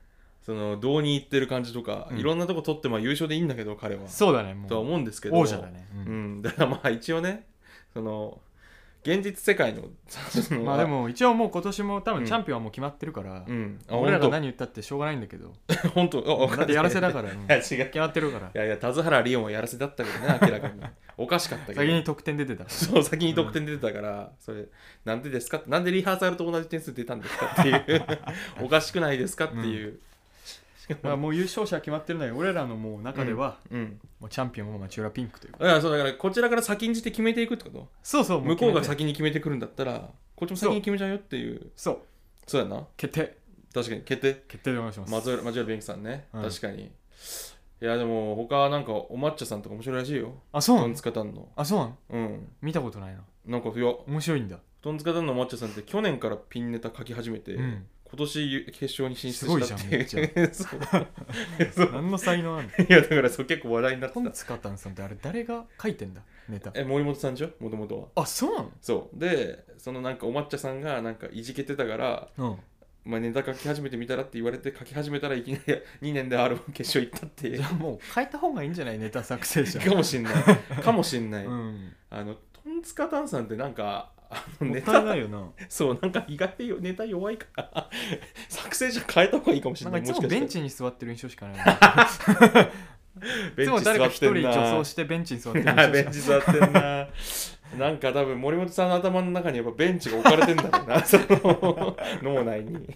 Speaker 1: その道に行ってる感じとか、
Speaker 2: うん
Speaker 1: いろんなとこ取ってまあ優勝でいいんだけど彼は
Speaker 2: そうだねもう
Speaker 1: とは思うんですけど
Speaker 2: 王者だね、
Speaker 1: う
Speaker 2: うん
Speaker 1: んだからまあ一応ねその現実世界のその
Speaker 2: まあでも一応もう今年も多
Speaker 1: うん
Speaker 2: 分チャンピオンはもう決まってるから、
Speaker 1: うんあ
Speaker 2: 俺らが
Speaker 1: 本
Speaker 2: 何言ったってしょうがないんだけど
Speaker 1: 当本当 あわかんな
Speaker 2: だっ
Speaker 1: い
Speaker 2: てやらせだか ら、うん
Speaker 1: いや違う
Speaker 2: 決まってるから
Speaker 1: いやいや田津原理音はやらせだったけどね明らかにおかしかったけど
Speaker 2: 先に得点出てた
Speaker 1: そう先に得点出てたから、それなんでですかってなんでリハーサルと同じ点数出たんですかっていう おかしくないですかっていう、
Speaker 2: まあもう優勝者は決まってるのに俺らのもう中では、
Speaker 1: うん、
Speaker 2: もうチャンピオンは町浦ピンクという
Speaker 1: だからそうだからこちらから先んじて決めていくってこと
Speaker 2: そうそう
Speaker 1: 向こうが
Speaker 2: 決めて
Speaker 1: 先に決めてくるんだったらこっちも先に決めちゃうよっていう
Speaker 2: そう
Speaker 1: そうやな
Speaker 2: 決定
Speaker 1: 確かに決定
Speaker 2: 決定でお願いします、
Speaker 1: 松浦松浦弁慶さんね、
Speaker 2: うん
Speaker 1: 確かにいやでも他なんかお抹茶さんとか面白いらしいよ
Speaker 2: あそうな
Speaker 1: トン
Speaker 2: の
Speaker 1: ツカタンの
Speaker 2: あそうなの
Speaker 1: うん
Speaker 2: 見たことないな
Speaker 1: なんかいや
Speaker 2: 面白いんだ
Speaker 1: トンツカタンのお抹茶さんって去年からピンネタ書き始めて、
Speaker 2: うん
Speaker 1: 今年決勝に進出したっていう
Speaker 2: すごい
Speaker 1: そう
Speaker 2: 何の才能あるの
Speaker 1: いやだからそう結構話題になって
Speaker 2: トン
Speaker 1: た
Speaker 2: ツカタンさんってあれ誰が書いてんだネタ
Speaker 1: え森本さんでしょもともとは
Speaker 2: あそう
Speaker 1: そうでそのなんかお抹茶さんがなんかいじけてたから、
Speaker 2: なのうん
Speaker 1: まあ、ネタ書き始めてみたらって言われて書き始めたらいきなり2 年で R1 決勝行ったってい
Speaker 2: じゃあもう変えた方がいいんじゃないネタ作成者
Speaker 1: うかもしん ないかもしんない、
Speaker 2: うん
Speaker 1: あのトンツカタンさんってなんかあの
Speaker 2: もっ
Speaker 1: ネ
Speaker 2: た
Speaker 1: タ
Speaker 2: いないよな
Speaker 1: そうなんか意外とよネタ弱いから作成者変えた方がいいかもし
Speaker 2: な
Speaker 1: れ
Speaker 2: ん
Speaker 1: な
Speaker 2: か
Speaker 1: い
Speaker 2: い
Speaker 1: し
Speaker 2: つも
Speaker 1: かした
Speaker 2: ベ
Speaker 1: ら
Speaker 2: ンチに座ってる印象しかない
Speaker 1: ベ
Speaker 2: い
Speaker 1: ン
Speaker 2: つも
Speaker 1: チ
Speaker 2: 誰
Speaker 1: 座
Speaker 2: か
Speaker 1: っ
Speaker 2: 一
Speaker 1: て
Speaker 2: 人
Speaker 1: ん
Speaker 2: 女
Speaker 1: な
Speaker 2: 装してベンチに座ってる印象
Speaker 1: あ
Speaker 2: し
Speaker 1: ベ
Speaker 2: か
Speaker 1: ンチ座ってんななんか多分森本さんの頭の中にやっぱベンチが置かれてんだろ うなその脳内に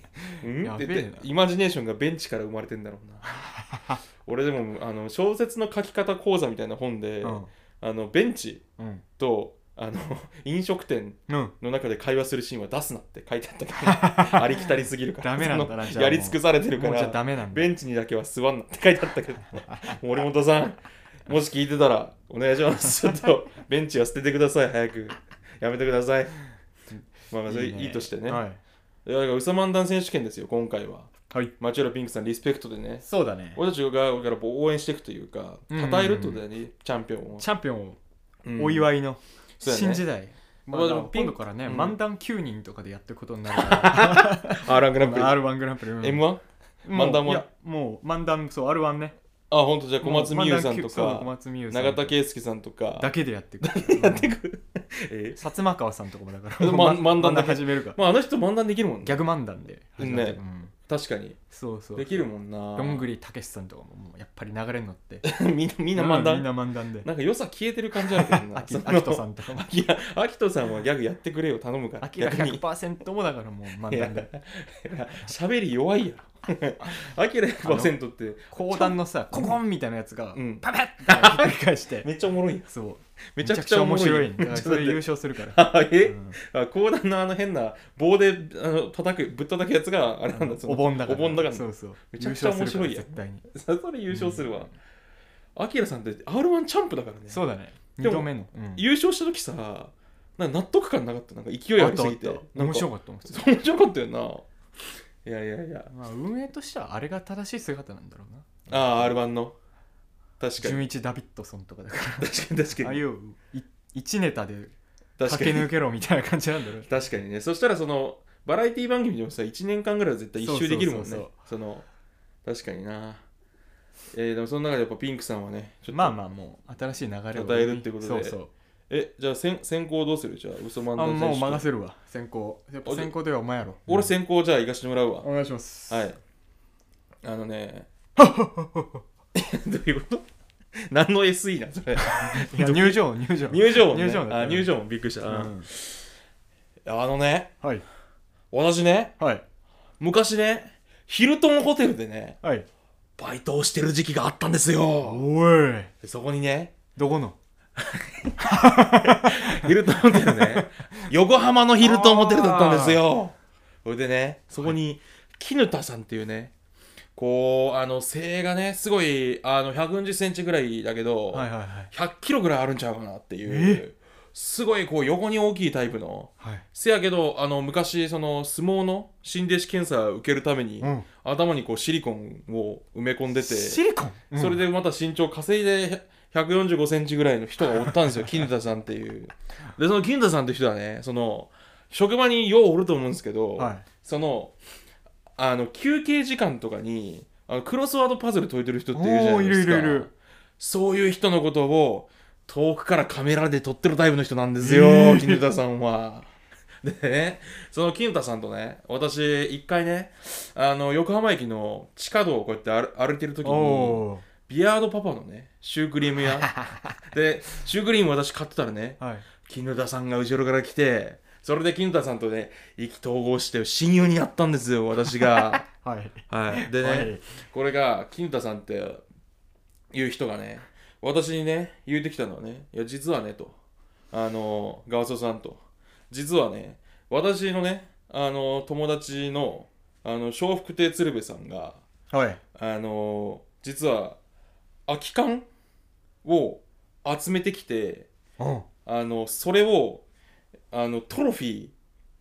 Speaker 1: うん
Speaker 2: や
Speaker 1: って
Speaker 2: べえな
Speaker 1: でイマジネーションがベンチから生まれてんだろうな 俺でもあの小説の書き方講座みたいな本で、
Speaker 2: うん
Speaker 1: あのベンチ
Speaker 2: うん
Speaker 1: とあの 飲食店
Speaker 2: うん
Speaker 1: の中で会話するシーンは出すなって書いてあったけ ど ありきたりすぎるから
Speaker 2: ダメなんだな
Speaker 1: その
Speaker 2: じゃあもう
Speaker 1: やり尽くされてるか
Speaker 2: もうじゃあ
Speaker 1: ら
Speaker 2: ダメなんだ
Speaker 1: ベンチにだけは座んなって書いてあったけど森本さんもし聞いてたらお願いしますちょっとベンチは捨ててください早くやめてくださいまあまあそれいい,、
Speaker 2: ね
Speaker 1: としてね、
Speaker 2: はい
Speaker 1: いやだからウサマンダン選手権ですよ今回は
Speaker 2: はい
Speaker 1: マチュラピンクさんリスペクトでね
Speaker 2: そうだね
Speaker 1: 俺たちが俺から応援していくというか
Speaker 2: うんうんうん
Speaker 1: 称えるってことだよね、チャンピオンを、
Speaker 2: チャンピオンを
Speaker 1: うん
Speaker 2: お祝いの
Speaker 1: そうやね
Speaker 2: 新時代、
Speaker 1: ま
Speaker 2: ま
Speaker 1: あ
Speaker 2: あ、
Speaker 1: で
Speaker 2: で
Speaker 1: も
Speaker 2: も
Speaker 1: ピン
Speaker 2: 今度からね、
Speaker 1: うん
Speaker 2: 漫談9人とかでやっていくことになるから
Speaker 1: あラングランプリ
Speaker 2: R1 グランプリ、うん
Speaker 1: M1? 漫談も
Speaker 2: もういやもう漫談そう R1 ね
Speaker 1: あ本当じゃあ小松美優さんと
Speaker 2: そう小
Speaker 1: か
Speaker 2: 松美優さん
Speaker 1: 永田圭介さんとか
Speaker 2: だけでやっていく
Speaker 1: やってくえ
Speaker 2: うん薩摩川さんとかもだから
Speaker 1: ま 漫談だけ
Speaker 2: 始めるから
Speaker 1: まああの人漫談できるもん
Speaker 2: ギ
Speaker 1: ね
Speaker 2: ャグ漫談で始まって
Speaker 1: ね
Speaker 2: うん
Speaker 1: 確かに
Speaker 2: そうそう
Speaker 1: できるもんな
Speaker 2: どんぐりたけしさんとかももうやっぱり流れに乗って
Speaker 1: みんなみ
Speaker 2: み
Speaker 1: んな漫談
Speaker 2: みんな漫談で
Speaker 1: なんか良さ消えてる感じあるけどな
Speaker 2: あきあきとさ
Speaker 1: ん
Speaker 2: んとかも
Speaker 1: いやアキトさんはギャグやってくれよ頼むから
Speaker 2: あきら
Speaker 1: 逆に
Speaker 2: 100%もだからもう
Speaker 1: い
Speaker 2: 漫
Speaker 1: や
Speaker 2: 談で
Speaker 1: いや喋り弱いや ろアキラ100%って
Speaker 2: 講談のさココンみたいなやつが
Speaker 1: うん
Speaker 2: パパッて繰り返して
Speaker 1: めっちゃおもろいやん
Speaker 2: そう
Speaker 1: めちゃくちゃおもろ
Speaker 2: 面白
Speaker 1: い
Speaker 2: い
Speaker 1: やん
Speaker 2: んだからそれ優勝するから
Speaker 1: あ
Speaker 2: う
Speaker 1: え
Speaker 2: ん
Speaker 1: あ講談のあの変な棒であの叩くぶったたくやつがあれなんだその
Speaker 2: お盆だから
Speaker 1: お盆だから
Speaker 2: そうそう
Speaker 1: めちゃくちゃ面白いやん
Speaker 2: 優勝するから絶対に
Speaker 1: それ優勝するわアキラさんって r 1チャンプだからね
Speaker 2: そうだね
Speaker 1: で
Speaker 2: 2
Speaker 1: も
Speaker 2: 度目のうん
Speaker 1: 優勝した時さなんか納得感なかったなんか勢いありすぎて
Speaker 2: あったあった面白
Speaker 1: かっ
Speaker 2: かったもん普通に
Speaker 1: た面白かったよないやいやいや
Speaker 2: まあ運営としてはあれが正しい姿なんだろうな
Speaker 1: ああ r 1の確か
Speaker 2: 純
Speaker 1: に
Speaker 2: 一ダビッドソンとかだか
Speaker 1: 確かに確
Speaker 2: ら
Speaker 1: か
Speaker 2: ああ
Speaker 1: に
Speaker 2: いうい一ネタで
Speaker 1: 確か
Speaker 2: 駆け
Speaker 1: に
Speaker 2: 抜けろみたいな感じなんだろう
Speaker 1: 確かにねそしたらそのバラエティ番組でもさ1年間ぐらいは絶対一周できるもんねそ
Speaker 2: そうそう
Speaker 1: の確かになえー、でもその中でやっぱピンクさんはねちょっと
Speaker 2: まあまあもう新しい流れを
Speaker 1: 与えるってことで
Speaker 2: そうそう
Speaker 1: えじゃあ先先行どうするじゃあ嘘
Speaker 2: あ
Speaker 1: 漫談
Speaker 2: もう任
Speaker 1: せ
Speaker 2: せるわ先行やっぱ先行ではお前やろ
Speaker 1: 俺先行じゃあ行かしてもらうわ、
Speaker 2: お願いします
Speaker 1: はいあのね どういうこと何の SE なんそれ
Speaker 2: いや 入場入場
Speaker 1: 入場音、ね、
Speaker 2: 入場音だった
Speaker 1: あ入場音びっくりした、
Speaker 2: う
Speaker 1: うん
Speaker 2: ん
Speaker 1: あのね
Speaker 2: はい
Speaker 1: 私ね
Speaker 2: はい
Speaker 1: 昔ねヒルトンホテルでね
Speaker 2: はい
Speaker 1: バイトをしてる時期があったんですよ
Speaker 2: おい
Speaker 1: でそこにね
Speaker 2: どこの
Speaker 1: ヒルトンホテルね 横浜のヒルトンホテルだったんですよそれでねそこに絹田さんっていうねこうあの背がねすごいあの1 4 0ンチぐらいだけど、
Speaker 2: はいはいはい
Speaker 1: 100キロぐらいあるんちゃうかなっていうすごいこう横に大きいタイプの
Speaker 2: はい
Speaker 1: せやけどあの昔その相撲の新弟子検査を受けるために、
Speaker 2: うん
Speaker 1: 頭にこうシリコンを埋め込んでて
Speaker 2: シリコンうん
Speaker 1: それでまた身長稼いで145センチぐらいの人がおったん ですよ、金田さんっていう。で、その金田さんって人はね、その、職場にようおると思うんですけど、
Speaker 2: はい
Speaker 1: その、あの、休憩時間とかに、あのクロスワードパズル解いてる人っているじゃないですか。
Speaker 2: おーいるいるいる
Speaker 1: そういう人のことを、遠くからカメラで撮ってるタイプの人なんですよ、
Speaker 2: えー
Speaker 1: 金田さんは。 でね、その金田さんとね、私、一回ね、あの、横浜駅の地下道をこうやって歩歩いてる時に、
Speaker 2: お
Speaker 1: ビアードパパのね、シュークリーム 屋。で、シュークリーム私買ってたらね、
Speaker 2: ーはい
Speaker 1: 絹田さんが後ろから来て、それで絹田さんとね、意気投合して親友になったんですよ、私 が。
Speaker 2: はい
Speaker 1: はい。で
Speaker 2: は
Speaker 1: ね、
Speaker 2: い
Speaker 1: これが、絹田さんっていう人がね、私にね、言うてきたのはね、いや、実はね、と。あの、ガワソさんと。実はね、私のね、あの、友達の、あの、笑福亭鶴瓶さんが、
Speaker 2: はい
Speaker 1: あのー実は空き缶を集めてきて、
Speaker 2: うん
Speaker 1: あのそれをあのトロフィ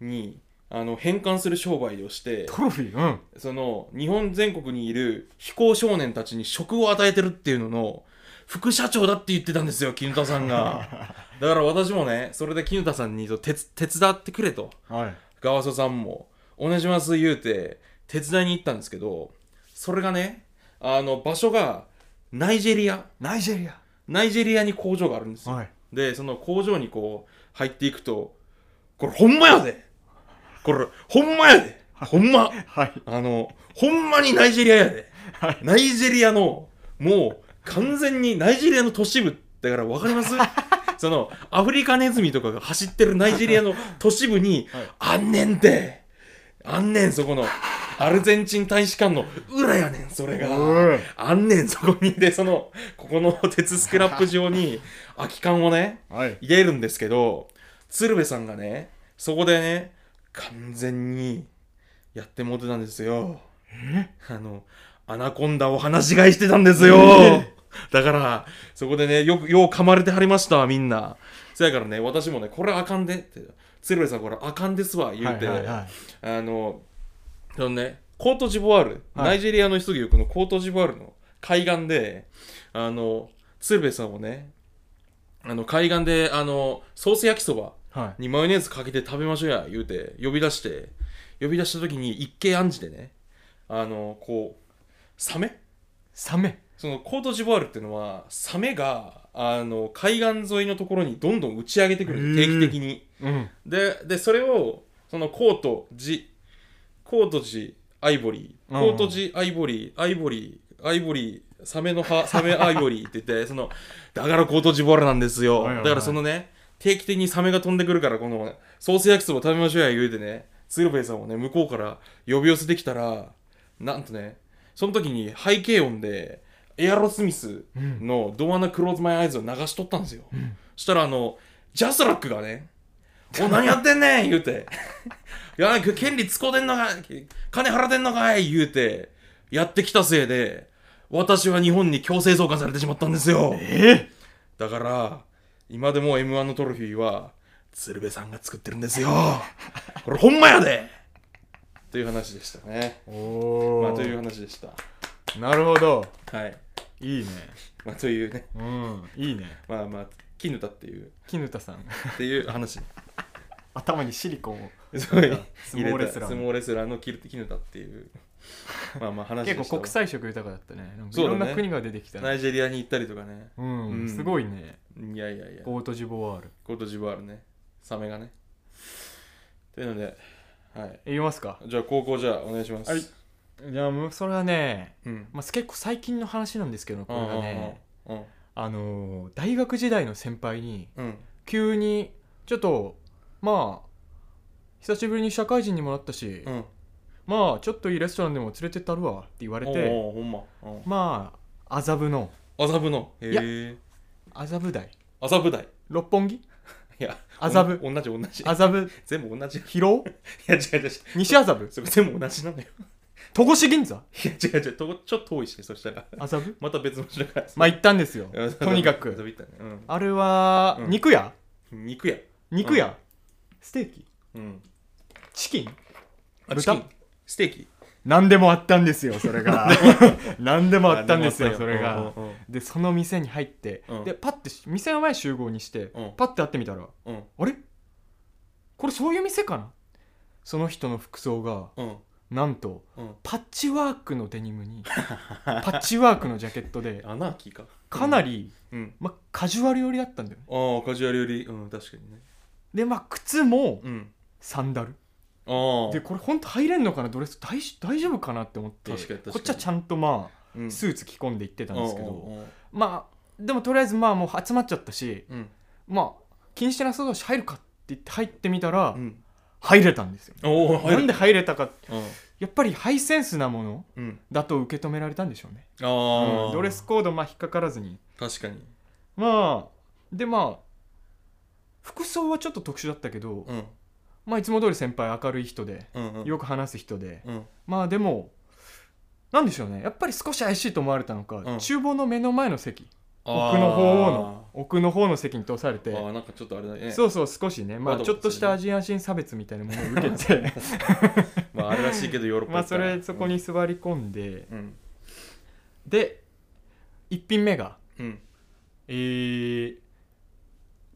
Speaker 1: ーにあの変換する商売をして
Speaker 2: トロフィーうん
Speaker 1: その日本全国にいる非行少年たちに職を与えてるっていうのの副社長だって言ってたんですよ絹田さんがだから私もねそれで絹田さんにと手つ手伝ってくれと
Speaker 2: はい
Speaker 1: ガワソさんも「お願いします」言うて手伝いに行ったんですけどそれがねあの場所がナイジェリア
Speaker 2: ナイジェリア
Speaker 1: ナイジェリアに工場があるんですよ、
Speaker 2: はい
Speaker 1: でその工場にこう入っていくとこれほんまやでこれほんまやでほんま
Speaker 2: はい
Speaker 1: あのほんまにナイジェリアやで
Speaker 2: はい
Speaker 1: ナイジェリアのもう完全にナイジェリアの都市部だから分かりますそのアフリカネズミとかが走ってるナイジェリアの都市部に、
Speaker 2: はい
Speaker 1: あんねんてあんねんそこのアルゼンチン大使館の裏やねんそれが
Speaker 2: おい
Speaker 1: あんねんそこにでそのここの鉄スクラップ場に空き缶をね
Speaker 2: はい
Speaker 1: 入れるんですけど鶴瓶さんがねそこでね完全にやってもうてたんですよあのアナコンダを放し飼いしてたんですよ、
Speaker 2: え
Speaker 1: だからそこでねよくよう噛まれてはりましたわみんなそやからね私もねこれあかんでって鶴瓶さんこれあかんですわ言うて、
Speaker 2: はいはいはい
Speaker 1: あのそのねコートジボワール、
Speaker 2: はい
Speaker 1: ナイジェリアの人々のコートジボワールの海岸であの鶴瓶さんをねあの海岸であのソース焼きそば
Speaker 2: はい
Speaker 1: にマヨネーズかけて食べましょうや言うて呼び出して呼び出した時に一軒暗示でねあのこうサメ
Speaker 2: サメ
Speaker 1: そのコートジボワールっていうのはサメがあの海岸沿いのところにどんどん打ち上げてくるの
Speaker 2: へ
Speaker 1: 定
Speaker 2: ー
Speaker 1: 期的に
Speaker 2: うん
Speaker 1: ででそれをそのコートジコートジアイボリー
Speaker 2: うん
Speaker 1: コートジアイボリーアイボリーアイボリーサメの葉 サメアイボリーって言ってそのだからコートジボワールなんですよ
Speaker 2: はいはいはい
Speaker 1: だからそのね定期的にサメが飛んでくるからこのソース焼きそば食べましょうや言うてね鶴瓶さんをね向こうから呼び寄せてきたらなんとねその時に背景音でエアロスミスの「ドアナクローズマイアイズ」を流しとったんですよ、そしたらあのジャスラックがね「お何やってんねん!」言うて「いや権利使うてんのか金払ってんのかい!」言うてやってきたせいで私は日本に強制送還されてしまったんですよ
Speaker 2: え
Speaker 1: だから今でも m 1のトロフィーは鶴瓶さんが作ってるんですよこれほんまやでという話でしたね
Speaker 2: おお、
Speaker 1: まあという話でした
Speaker 2: なるほど
Speaker 1: はい
Speaker 2: いいね
Speaker 1: まあというね
Speaker 2: うんいいね
Speaker 1: まあまあ絹田っていう
Speaker 2: 絹田さん
Speaker 1: っていう話
Speaker 2: 頭にシリコンを
Speaker 1: そう入れた
Speaker 2: 相撲レスラーの
Speaker 1: 相撲レスラーのキルキヌタって いうまあまあ話で
Speaker 2: 結
Speaker 1: した
Speaker 2: 構国際色豊かだったねなんか
Speaker 1: そ
Speaker 2: いう
Speaker 1: だ
Speaker 2: ろ
Speaker 1: ね
Speaker 2: んな国が出てきた
Speaker 1: ナ
Speaker 2: ね
Speaker 1: イジェリアに行ったりとかね
Speaker 2: うん、
Speaker 1: うん
Speaker 2: すごいね
Speaker 1: いやいやいや
Speaker 2: コートジボワール
Speaker 1: コートジボワールねサメがねというのではい
Speaker 2: 言いますか
Speaker 1: じゃあ高校じゃあお願いします
Speaker 2: はいじゃあもうそれはね、
Speaker 1: うん
Speaker 2: まあ、結構最近の話なんですけどこれがね
Speaker 1: うん
Speaker 2: あのー大学時代の先輩に
Speaker 1: うんうん
Speaker 2: 急にちょっとまあ久しぶりに社会人にもなったし、
Speaker 1: うん
Speaker 2: まあちょっといいレストランでも連れてったるわって言われて
Speaker 1: おーほんまうん
Speaker 2: まあ麻布の
Speaker 1: 麻布のへ
Speaker 2: いや
Speaker 1: え
Speaker 2: 麻布台
Speaker 1: 麻布台
Speaker 2: 六本木
Speaker 1: いや
Speaker 2: 麻布
Speaker 1: おん同じ同じ
Speaker 2: 麻布
Speaker 1: 全部同じい
Speaker 2: 広尾
Speaker 1: や違う違う違う
Speaker 2: 西麻布
Speaker 1: それ全部同じなのよ
Speaker 2: 戸越銀座
Speaker 1: いや違う違うとこちょっと遠いしねそしたら
Speaker 2: 麻布
Speaker 1: また別の人が
Speaker 2: まあ行ったんですよ
Speaker 1: うん
Speaker 2: とにか
Speaker 1: 遊
Speaker 2: く
Speaker 1: び行ったね
Speaker 2: あれは
Speaker 1: うん
Speaker 2: 肉屋
Speaker 1: うん肉や
Speaker 2: 肉屋ステーキ
Speaker 1: うん
Speaker 2: チキン
Speaker 1: あ
Speaker 2: 豚
Speaker 1: チキンステーキ
Speaker 2: 何でもあったんですよそれ が何でもあったんですよそれが
Speaker 1: うんうん
Speaker 2: でその店に入って、
Speaker 1: うん
Speaker 2: でパッて店の前集合にして、
Speaker 1: うん
Speaker 2: パッて会ってみたら
Speaker 1: うん
Speaker 2: あれこれそういう店かなその人の服装が
Speaker 1: うん
Speaker 2: なんと
Speaker 1: うん
Speaker 2: パッチワークのデニ ムにパッチワークのジャケットで
Speaker 1: アナーキーか
Speaker 2: かなり、
Speaker 1: うん
Speaker 2: ま、カジュアル寄りだったんだよね
Speaker 1: ああカジュアルよりうん確かにね
Speaker 2: でまあ靴も
Speaker 1: うん
Speaker 2: サンダル
Speaker 1: ああ
Speaker 2: でこれ本当入れんのかなドレス大し大丈夫かなって思って
Speaker 1: 確かに確かに
Speaker 2: こっちはちゃんとまあ、
Speaker 1: うん
Speaker 2: スーツ着込んで行ってたんですけど、
Speaker 1: うんうん
Speaker 2: まあでもとりあえずまあもう集まっちゃったし
Speaker 1: うん
Speaker 2: まあ気にしてなさそうだし入るかって言って入ってみたら、
Speaker 1: うん
Speaker 2: 入れたんですよ
Speaker 1: おお
Speaker 2: なんで入れたか
Speaker 1: うん
Speaker 2: やっぱりハイセンスなもの
Speaker 1: うん
Speaker 2: だと受け止められたんでしょうね、
Speaker 1: あ
Speaker 2: うん
Speaker 1: あ
Speaker 2: ドレスコードまあ引っかからずに
Speaker 1: 確かに
Speaker 2: まあでまあ服装はちょっと特殊だったけど、
Speaker 1: うん
Speaker 2: まあいつも通り先輩明るい人で
Speaker 1: うんうん
Speaker 2: よく話す人で、
Speaker 1: うん
Speaker 2: まあでもなんでしょうねやっぱり少し怪しいと思われたのか、
Speaker 1: うん
Speaker 2: 厨房の目の前の席
Speaker 1: 奥
Speaker 2: 奥の方の奥の方の席に通されて
Speaker 1: あーなんかちょっとあれだね
Speaker 2: そうそう少しね、まあ、
Speaker 1: 窓
Speaker 2: ちょっとしたアジア人差別みたいなものを受け て
Speaker 1: まああれらしいけどヨーロッパ
Speaker 2: まあ
Speaker 1: 行った
Speaker 2: そ
Speaker 1: ら
Speaker 2: れそこに座り込んで、
Speaker 1: うん
Speaker 2: で1品目が
Speaker 1: うん
Speaker 2: えー、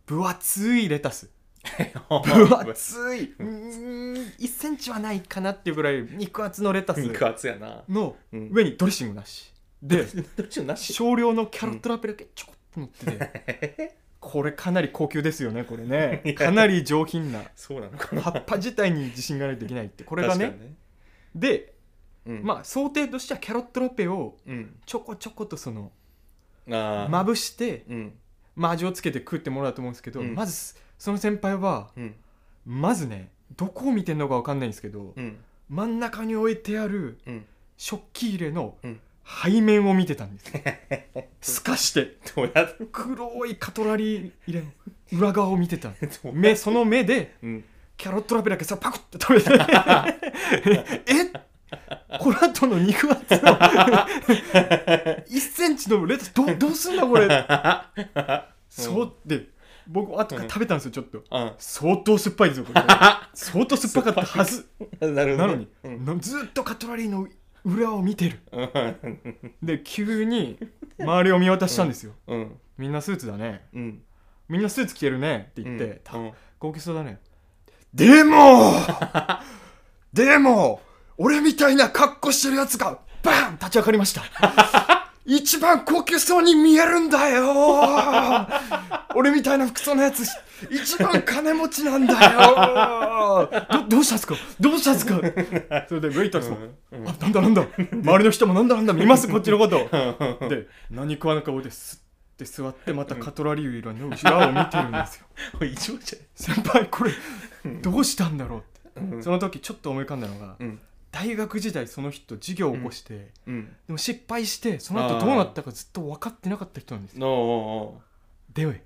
Speaker 2: 分厚いレタス 分
Speaker 1: 分
Speaker 2: 厚いうーん1センチはないかなっていうぐらい肉厚のレタ ス
Speaker 1: 肉厚やな
Speaker 2: の
Speaker 1: うん
Speaker 2: 上にドレッシングなしで
Speaker 1: どっちもなし
Speaker 2: 少量のキャロットラペだけちょこっと乗ってて これかなり高級ですよねこれねかなり上品な
Speaker 1: そうなのか
Speaker 2: 葉っぱ自体に自信がないといけないってこれがね
Speaker 1: 確かにね
Speaker 2: で、
Speaker 1: うん
Speaker 2: まあ想定としてはキャロットラペを
Speaker 1: うん
Speaker 2: ちょこちょことその
Speaker 1: ああ
Speaker 2: まぶして、
Speaker 1: うん
Speaker 2: まあ、味をつけて食ってもらうと思うんですけど、
Speaker 1: うん
Speaker 2: まずその先輩は
Speaker 1: うん
Speaker 2: まずねどこを見てんのかわかんないんですけど、
Speaker 1: うん
Speaker 2: 真ん中に置いてある
Speaker 1: うん
Speaker 2: 食器入れの
Speaker 1: うん
Speaker 2: 背面を見てたんですよ すかして
Speaker 1: どうやって
Speaker 2: 黒いカトラリー入れの裏側を見て た
Speaker 1: どう
Speaker 2: 目その目で
Speaker 1: うん
Speaker 2: キャロットラペだけさパクって食べてえこの後の肉厚の 1センチのレタスどうどうすんだこれ、そうって僕後から食べたんですよちょっと、
Speaker 1: あ
Speaker 2: 相当酸っぱいで すよこれ相当酸っぱかったはず
Speaker 1: なるほど
Speaker 2: なのに、
Speaker 1: うん
Speaker 2: なずっとカトラリーの裏を見てる
Speaker 1: うん
Speaker 2: で急に周りを見渡したんですよ、
Speaker 1: うん
Speaker 2: みんなスーツだね
Speaker 1: うん
Speaker 2: みんなスーツ着てるねって言って、た
Speaker 1: うん
Speaker 2: 高級そうだねでも でも俺みたいな格好してるやつがバーン立ち上がりました 一番高級そうに見えるんだよ 俺みたいな服装のやつ一番金持ちなんだよどどうしたんですかどうしたんですかそれでウェイトレスも、
Speaker 1: うん
Speaker 2: あなんだなんだ周りの人もなんだなんだ見ますこっちのこと
Speaker 1: うん
Speaker 2: で何食わぬ顔ですって座ってまたカトラリー裏の後ろを見てるんですよ
Speaker 1: 一番じ
Speaker 2: 先輩これ
Speaker 1: うん
Speaker 2: どうしたんだろうって
Speaker 1: ゃん
Speaker 2: その時ちょっと思い浮かんだのが
Speaker 1: うん
Speaker 2: 大学時代その人授業を起こして、
Speaker 1: うん
Speaker 2: でも失敗してその後どうなったかずっと分かってなかった人なんですよ
Speaker 1: のお
Speaker 2: で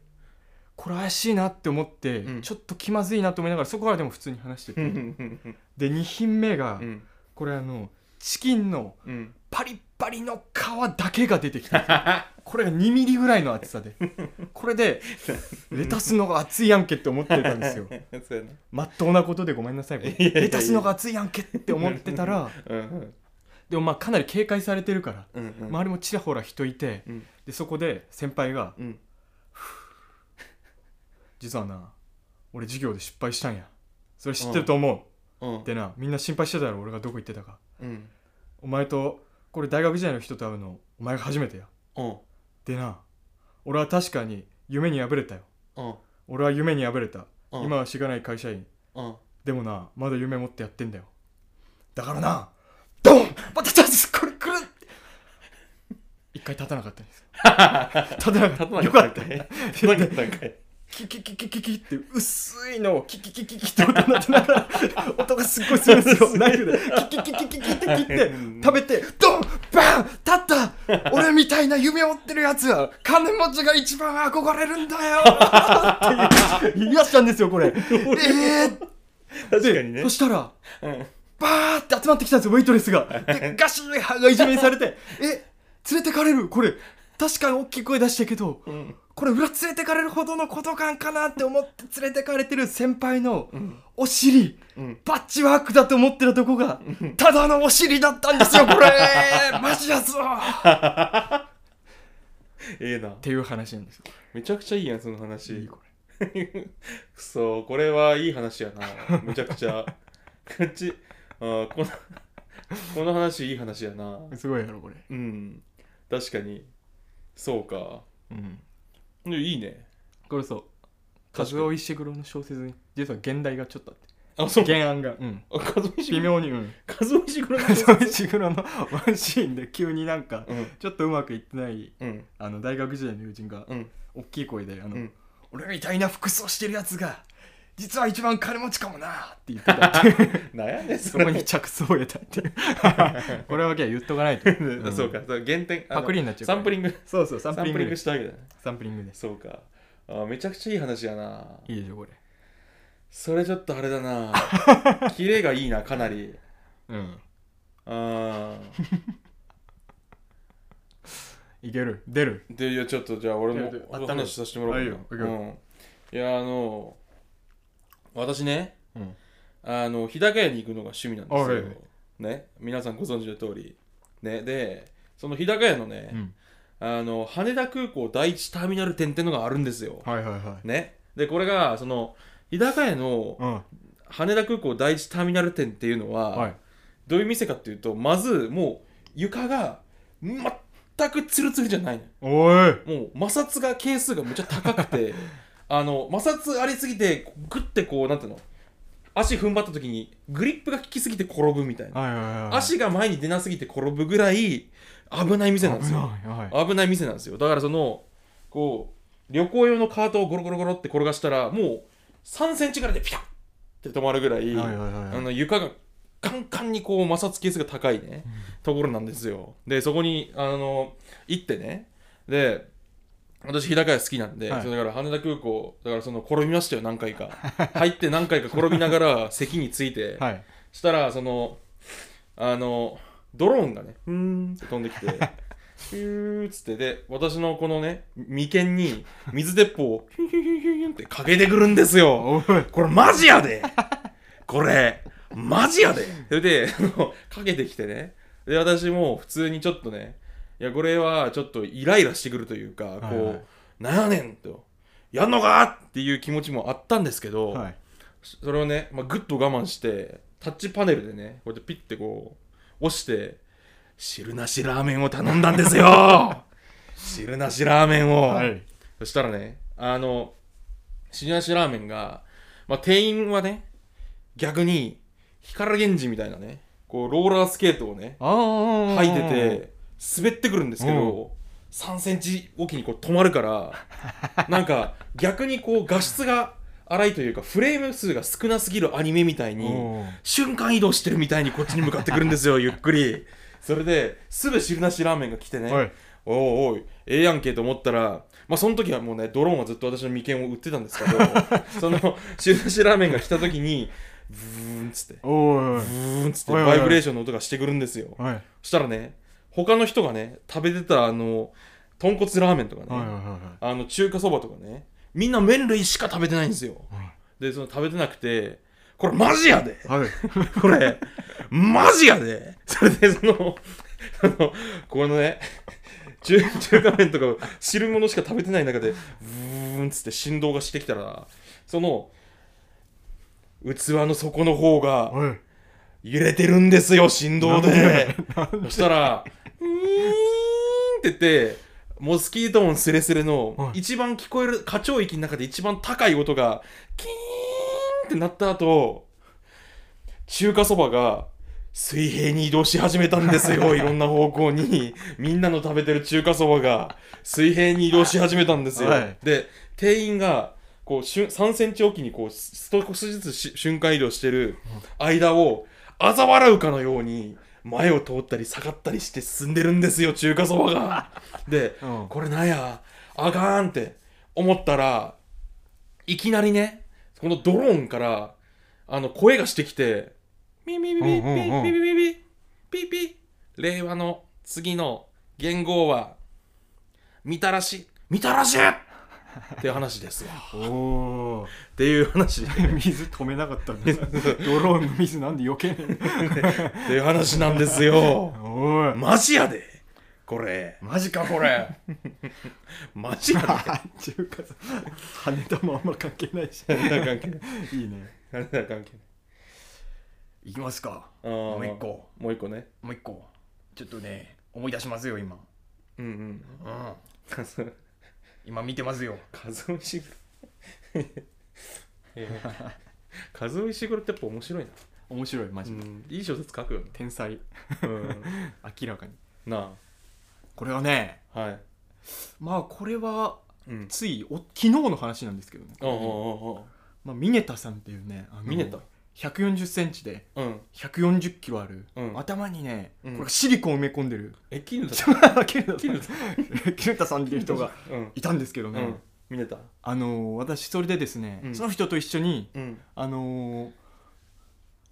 Speaker 2: これ怪しいなって思って、
Speaker 1: うん
Speaker 2: ちょっと気まずいなと思いながらそこからでも普通に話して
Speaker 1: う
Speaker 2: て、
Speaker 1: んうん
Speaker 2: で2品目が、
Speaker 1: うん
Speaker 2: これあのチキンの
Speaker 1: うん
Speaker 2: パリッパリの皮だけが出てきたんですよ これが2ミリぐらいの厚さでこれでレタスの方が厚いやんけって思ってたんですよ
Speaker 1: そうやな
Speaker 2: まっとうなことでごめんなさいこれ
Speaker 1: いやいやいや
Speaker 2: レタスの方が厚いやんけって思ってたら
Speaker 1: うん
Speaker 2: でもまあかなり警戒されてるから
Speaker 1: うんうん
Speaker 2: 周りもちらほら人いて
Speaker 1: うん
Speaker 2: でそこで先輩が
Speaker 1: うん
Speaker 2: 実はな俺授業で失敗したんやそれ知ってると思
Speaker 1: うん
Speaker 2: うでなみんな心配してたやろ俺がどこ行ってたか
Speaker 1: うん
Speaker 2: お前とこれ大学時代の人と会うのお前が初めてや
Speaker 1: うん
Speaker 2: でな俺は確かに夢に敗れたよ
Speaker 1: うん
Speaker 2: 俺は夢に敗れた
Speaker 1: うん
Speaker 2: 今はしがない会社員
Speaker 1: うん
Speaker 2: でもなまだ夢持ってやってんだよだからなドンまたチャンスこれくる一回立たなかったんです 立たなかったよかった
Speaker 1: 立
Speaker 2: 立たなかった
Speaker 1: なんか
Speaker 2: キキキキキキって薄いのをキキキキキって音になってながら音がすっごいするん ですよナイフでキキキキキキって切って食べてドンバン立った俺みたいな夢持ってるやつは金持ちが一番憧れるんだ よって言い出したんですよ これえー、
Speaker 1: 確かにね
Speaker 2: そしたら
Speaker 1: うん
Speaker 2: バーって集まってきたんですよウェイトレス がでガシッ歯がいじめにされてえ連れてかれるこれ確かに大きい声出したけど
Speaker 1: うん
Speaker 2: これ裏連れてかれるほどのこと感かなって思って連れてかれてる先輩の
Speaker 1: うん
Speaker 2: お尻
Speaker 1: うん
Speaker 2: パッチワークだと思ってたとこがただのお尻だったんです よこれマジやぞっ
Speaker 1: ええな
Speaker 2: ていう話なんですよ
Speaker 1: めちゃくちゃいいやんその話
Speaker 2: いいこ
Speaker 1: くそこれはいい話やなめちゃくちゃこっちあーこのこの話いい話やな
Speaker 2: れすごいやろこれ
Speaker 1: うん確かにそうか
Speaker 2: うん
Speaker 1: でいいね
Speaker 2: これそう
Speaker 1: 確か
Speaker 2: 数
Speaker 1: に
Speaker 2: 尾石黒の小説に実は現代がちょっと
Speaker 1: あ
Speaker 2: あ
Speaker 1: そ
Speaker 2: っ
Speaker 1: う
Speaker 2: て原案が、うん、
Speaker 1: あ数え
Speaker 2: 微
Speaker 1: し
Speaker 2: 妙に、うん、
Speaker 1: 数えし ぐらい
Speaker 2: 数尾石黒のワンシーンで急になんか
Speaker 1: うん
Speaker 2: ちょっとうまくいってない
Speaker 1: うん
Speaker 2: あの大学時代の友人が
Speaker 1: うん
Speaker 2: 大きい声であの、
Speaker 1: うん
Speaker 2: 俺みたいな服装してるやつが実は一番金持ちかもなって言ってた
Speaker 1: 悩んで
Speaker 2: そ
Speaker 1: そ
Speaker 2: こ
Speaker 1: れ
Speaker 2: に着想を得 たっていうこれはけは言っとかないと、
Speaker 1: あ そうかそう原点あの
Speaker 2: パクリになっちゃうか
Speaker 1: サ
Speaker 2: ら
Speaker 1: ンプリング
Speaker 2: そうそうサ
Speaker 1: サ
Speaker 2: ン
Speaker 1: ン
Speaker 2: プ
Speaker 1: プリン
Speaker 2: リング
Speaker 1: グ
Speaker 2: です
Speaker 1: したわけだね
Speaker 2: サンプリングです
Speaker 1: そうかあめちゃくちゃいい話やない
Speaker 2: いでしょこれ
Speaker 1: それちょっとあれだ なキレがいいなかなり
Speaker 2: うん
Speaker 1: あ
Speaker 2: いける出る
Speaker 1: ーでいやちょっとじゃあ俺も
Speaker 2: でであっためよ
Speaker 1: 話させてもらおう
Speaker 2: あ
Speaker 1: か
Speaker 2: いい
Speaker 1: な
Speaker 2: よ
Speaker 1: うんいやあの私ね
Speaker 2: うん
Speaker 1: あの日高屋に行くのが趣味なんですよ、
Speaker 2: あはいはい
Speaker 1: ね皆さんご存知の通りねでその日高屋のね、
Speaker 2: うん
Speaker 1: あの羽田空港第一ターミナル店ってのがあるんですよ、
Speaker 2: はいはいはい
Speaker 1: ねでこれがその日高屋の
Speaker 2: うん
Speaker 1: 羽田空港第一ターミナル店っていうのは、
Speaker 2: はい
Speaker 1: どういう店かっていうとまずもう床が全くツルツルじゃないのよ
Speaker 2: おい
Speaker 1: もう摩擦が係数がめっちゃ高く てあの摩擦ありすぎてグッてこうなんていうの足踏ん張った時にグリップが効きすぎて転ぶみたいな
Speaker 2: はいはいはいはい
Speaker 1: 足が前に出なすぎて転ぶぐらい危ない店なんですよ
Speaker 2: 危ないはい
Speaker 1: 危ない店なんですよだからそのこう旅行用のカートをゴロゴロゴロって転がしたらもう3センチぐらいでピタッって止まるぐらい,、
Speaker 2: はいはいはい
Speaker 1: あの床がカンカンにこう摩擦係数が高いね、ところなんですよでそこにあの行ってねで私日高屋好きなんで、
Speaker 2: はい
Speaker 1: それだから羽田空港だからその転びましたよ何回か 入って何回か転びながら席について、
Speaker 2: はい
Speaker 1: したらそのあのドローンがねうーんって飛んで きてヒューっつってで私のこのね眉間に水鉄砲をヒュンヒュンヒュンヒュンヒュンってかけてくるんですよ
Speaker 2: おい
Speaker 1: これマジやでこれマジやでそれで あのかけてきてねで私も普通にちょっとねいやこれはちょっとイライラしてくるというか、
Speaker 2: はいはい
Speaker 1: こうなんやねんとやんのかっていう気持ちもあったんですけど、
Speaker 2: はい
Speaker 1: それをね、まあ、ぐっと我慢してタッチパネルでねこうやってピッてこう押して汁なしラーメンを頼んだんです よ汁なしラーメンを、
Speaker 2: はい
Speaker 1: そしたらねあの汁なしラーメンが、まあ、店員はね逆に光源氏みたいなねこうローラースケートをね
Speaker 2: ああ
Speaker 1: 履いてて滑ってくるんですけど3センチおきにこう止まるから なんか逆にこう画質が荒いというかフレーム数が少なすぎるアニメみたいに
Speaker 2: うん
Speaker 1: 瞬間移動してるみたいにこっちに向かってくるんですよゆっくりそれですぐ汁なしラーメンが来てね、
Speaker 2: はい
Speaker 1: おいおいええやんけと思ったらまあその時はもうねドローンはずっと私の眉間を売ってたんですけ どその汁なしラーメンが来た時にブーンっつって
Speaker 2: おい
Speaker 1: ブーンっつって
Speaker 2: はいはいは
Speaker 1: バ
Speaker 2: い
Speaker 1: イブレーションの音がしてくるんですよ
Speaker 2: はいはい
Speaker 1: そしたらね他の人がね食べてたあの豚骨ラーメンとかね、
Speaker 2: はいはいは
Speaker 1: あの中華そばとかねみんな麺類しか食べてないんですよ
Speaker 2: はい
Speaker 1: でその食べてなくてこれマジやで
Speaker 2: いはい
Speaker 1: これ、マジやでそれで、その、あの、このね、中中華麺とかを汁物しか食べてない中で、ブーンっつって振動がしてきたら、その、器の底の方が
Speaker 2: はい
Speaker 1: 揺れてるんですよ、振動で。
Speaker 2: なん
Speaker 1: そ
Speaker 2: で
Speaker 1: したら、うーんって言って、モスキート音スレスレの
Speaker 2: は、い
Speaker 1: 一番聞こえる、課長域の中で一番高い音が、キーンってなった後、中華そばが、水平に移動し始めたんです よ。いろんな方向に。みんなの食べてる中華そばが、水平に移動し始めたんですよ。
Speaker 2: はい
Speaker 1: で、店員が、こう、しゅん3センチおきに、こう、少しずつし瞬間移動してる間を、嘲笑うかのように、前を通ったり下がったりして進んでるんですよ、中華そば が。で、
Speaker 2: うん
Speaker 1: これなんや、あかんって思ったら、いきなりね、このドローンから、あの、声がしてきて、ミミミミミ
Speaker 2: うんうんうん
Speaker 1: ミミミミピピ令和の次の元号は、みたらし、みたら しっていう話ですよ。っ
Speaker 2: おお
Speaker 1: ていう話で、
Speaker 2: 水止めなかったんだドローンの水なんで避けね
Speaker 1: っていう話なんですよ
Speaker 2: え。おい
Speaker 1: マジやで、これ。
Speaker 2: マジかこれ
Speaker 1: マジ やで。
Speaker 2: 中華さ羽田もあんま関係ないし
Speaker 1: あれだ関 係ない。
Speaker 2: いいね
Speaker 1: あれだ関係ない。
Speaker 2: いきますか
Speaker 1: あーも
Speaker 2: もう一個
Speaker 1: もう一個ね。
Speaker 2: もう一個ちょっとね思い出しますよ今
Speaker 1: うん
Speaker 2: うん
Speaker 1: うん。
Speaker 2: 今見てますよ
Speaker 1: 数尾石黒ええ数尾石黒ってやっぱ面白いな、
Speaker 2: 面白いマジで、
Speaker 1: いい小説書くよね、
Speaker 2: 天才
Speaker 1: うん、
Speaker 2: 明らかに
Speaker 1: な
Speaker 2: これはね
Speaker 1: あはい、
Speaker 2: まあこれは
Speaker 1: うん、
Speaker 2: ついお昨日の話なんですけどね、
Speaker 1: おうおうおうおう
Speaker 2: まあ、ミネタさんっていうねあの
Speaker 1: ミネタ
Speaker 2: 140センチで
Speaker 1: うん
Speaker 2: 140キロある、
Speaker 1: うん
Speaker 2: 頭にね、
Speaker 1: うん
Speaker 2: これがシリコンを埋め込んでる、
Speaker 1: えキヌタ
Speaker 2: キルタ
Speaker 1: キ
Speaker 2: さ
Speaker 1: ヌ
Speaker 2: ん
Speaker 1: タ
Speaker 2: キルタさんっていう人が
Speaker 1: うん
Speaker 2: いたんですけど
Speaker 1: う
Speaker 2: ね、
Speaker 1: んミネタ
Speaker 2: あのー私それでですね、
Speaker 1: うん
Speaker 2: その人と一緒に
Speaker 1: うん
Speaker 2: あのー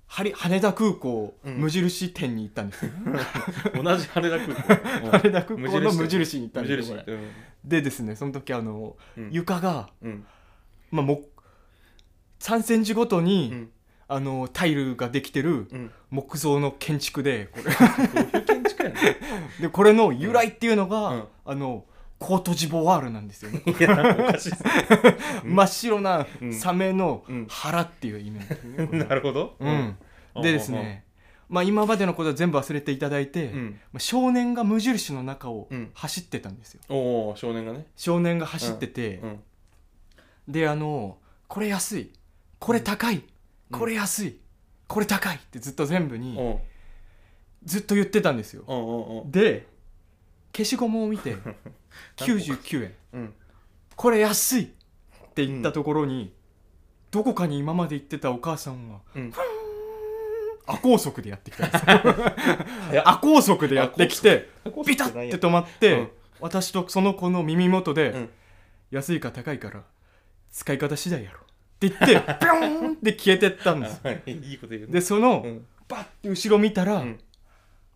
Speaker 2: はり羽田空港
Speaker 1: うん
Speaker 2: 無印店に行ったんですよ、
Speaker 1: 同じ羽田空港
Speaker 2: 羽田空港の無印に行ったん
Speaker 1: 無
Speaker 2: ですよ
Speaker 1: 印
Speaker 2: これ
Speaker 1: うん
Speaker 2: でですねその時あの
Speaker 1: うん
Speaker 2: 床が、
Speaker 1: うん
Speaker 2: まあ、木3センチごと
Speaker 1: う
Speaker 2: に、
Speaker 1: ん
Speaker 2: あのタイルができてる
Speaker 1: うん
Speaker 2: 木造の建築でこれ
Speaker 1: どういう建築やね
Speaker 2: でこれの由来っていうのが、
Speaker 1: うん
Speaker 2: あのコートジボワールなんですよね、
Speaker 1: んいやおかしいっすねうん
Speaker 2: 真っ白な
Speaker 1: うん
Speaker 2: サメの
Speaker 1: うん
Speaker 2: 腹っていうイメージですね、これ
Speaker 1: なるほど
Speaker 2: うんでですね、まあ、今までのことは全部忘れていただいて、
Speaker 1: うん
Speaker 2: まあ少年が無印の中を
Speaker 1: うん
Speaker 2: 走ってたんですよ
Speaker 1: おお少年がね
Speaker 2: 少年が走ってて、
Speaker 1: うん
Speaker 2: であのこれ安いこれ高い、
Speaker 1: うん
Speaker 2: これ安いこれ高いってずっと全部
Speaker 1: お
Speaker 2: に
Speaker 1: お
Speaker 2: ずっと言ってたんですよ
Speaker 1: おお
Speaker 2: で消しゴムを 見て99円
Speaker 1: うん
Speaker 2: これ安いって言ったところに、どこかに今まで行ってたお母さんが
Speaker 1: うん
Speaker 2: 亜高速でやってきたんですよ
Speaker 1: いや
Speaker 2: 亜高速でやってきてビタッて止まって、
Speaker 1: うん
Speaker 2: 私とその子の耳元で、
Speaker 1: うん
Speaker 2: 安いか高いから使い方次第やろって言ってピ ョーンって消えてったんですよ
Speaker 1: はいいいこと言うね
Speaker 2: でその、
Speaker 1: うん
Speaker 2: バッて後ろ見たら、
Speaker 1: うん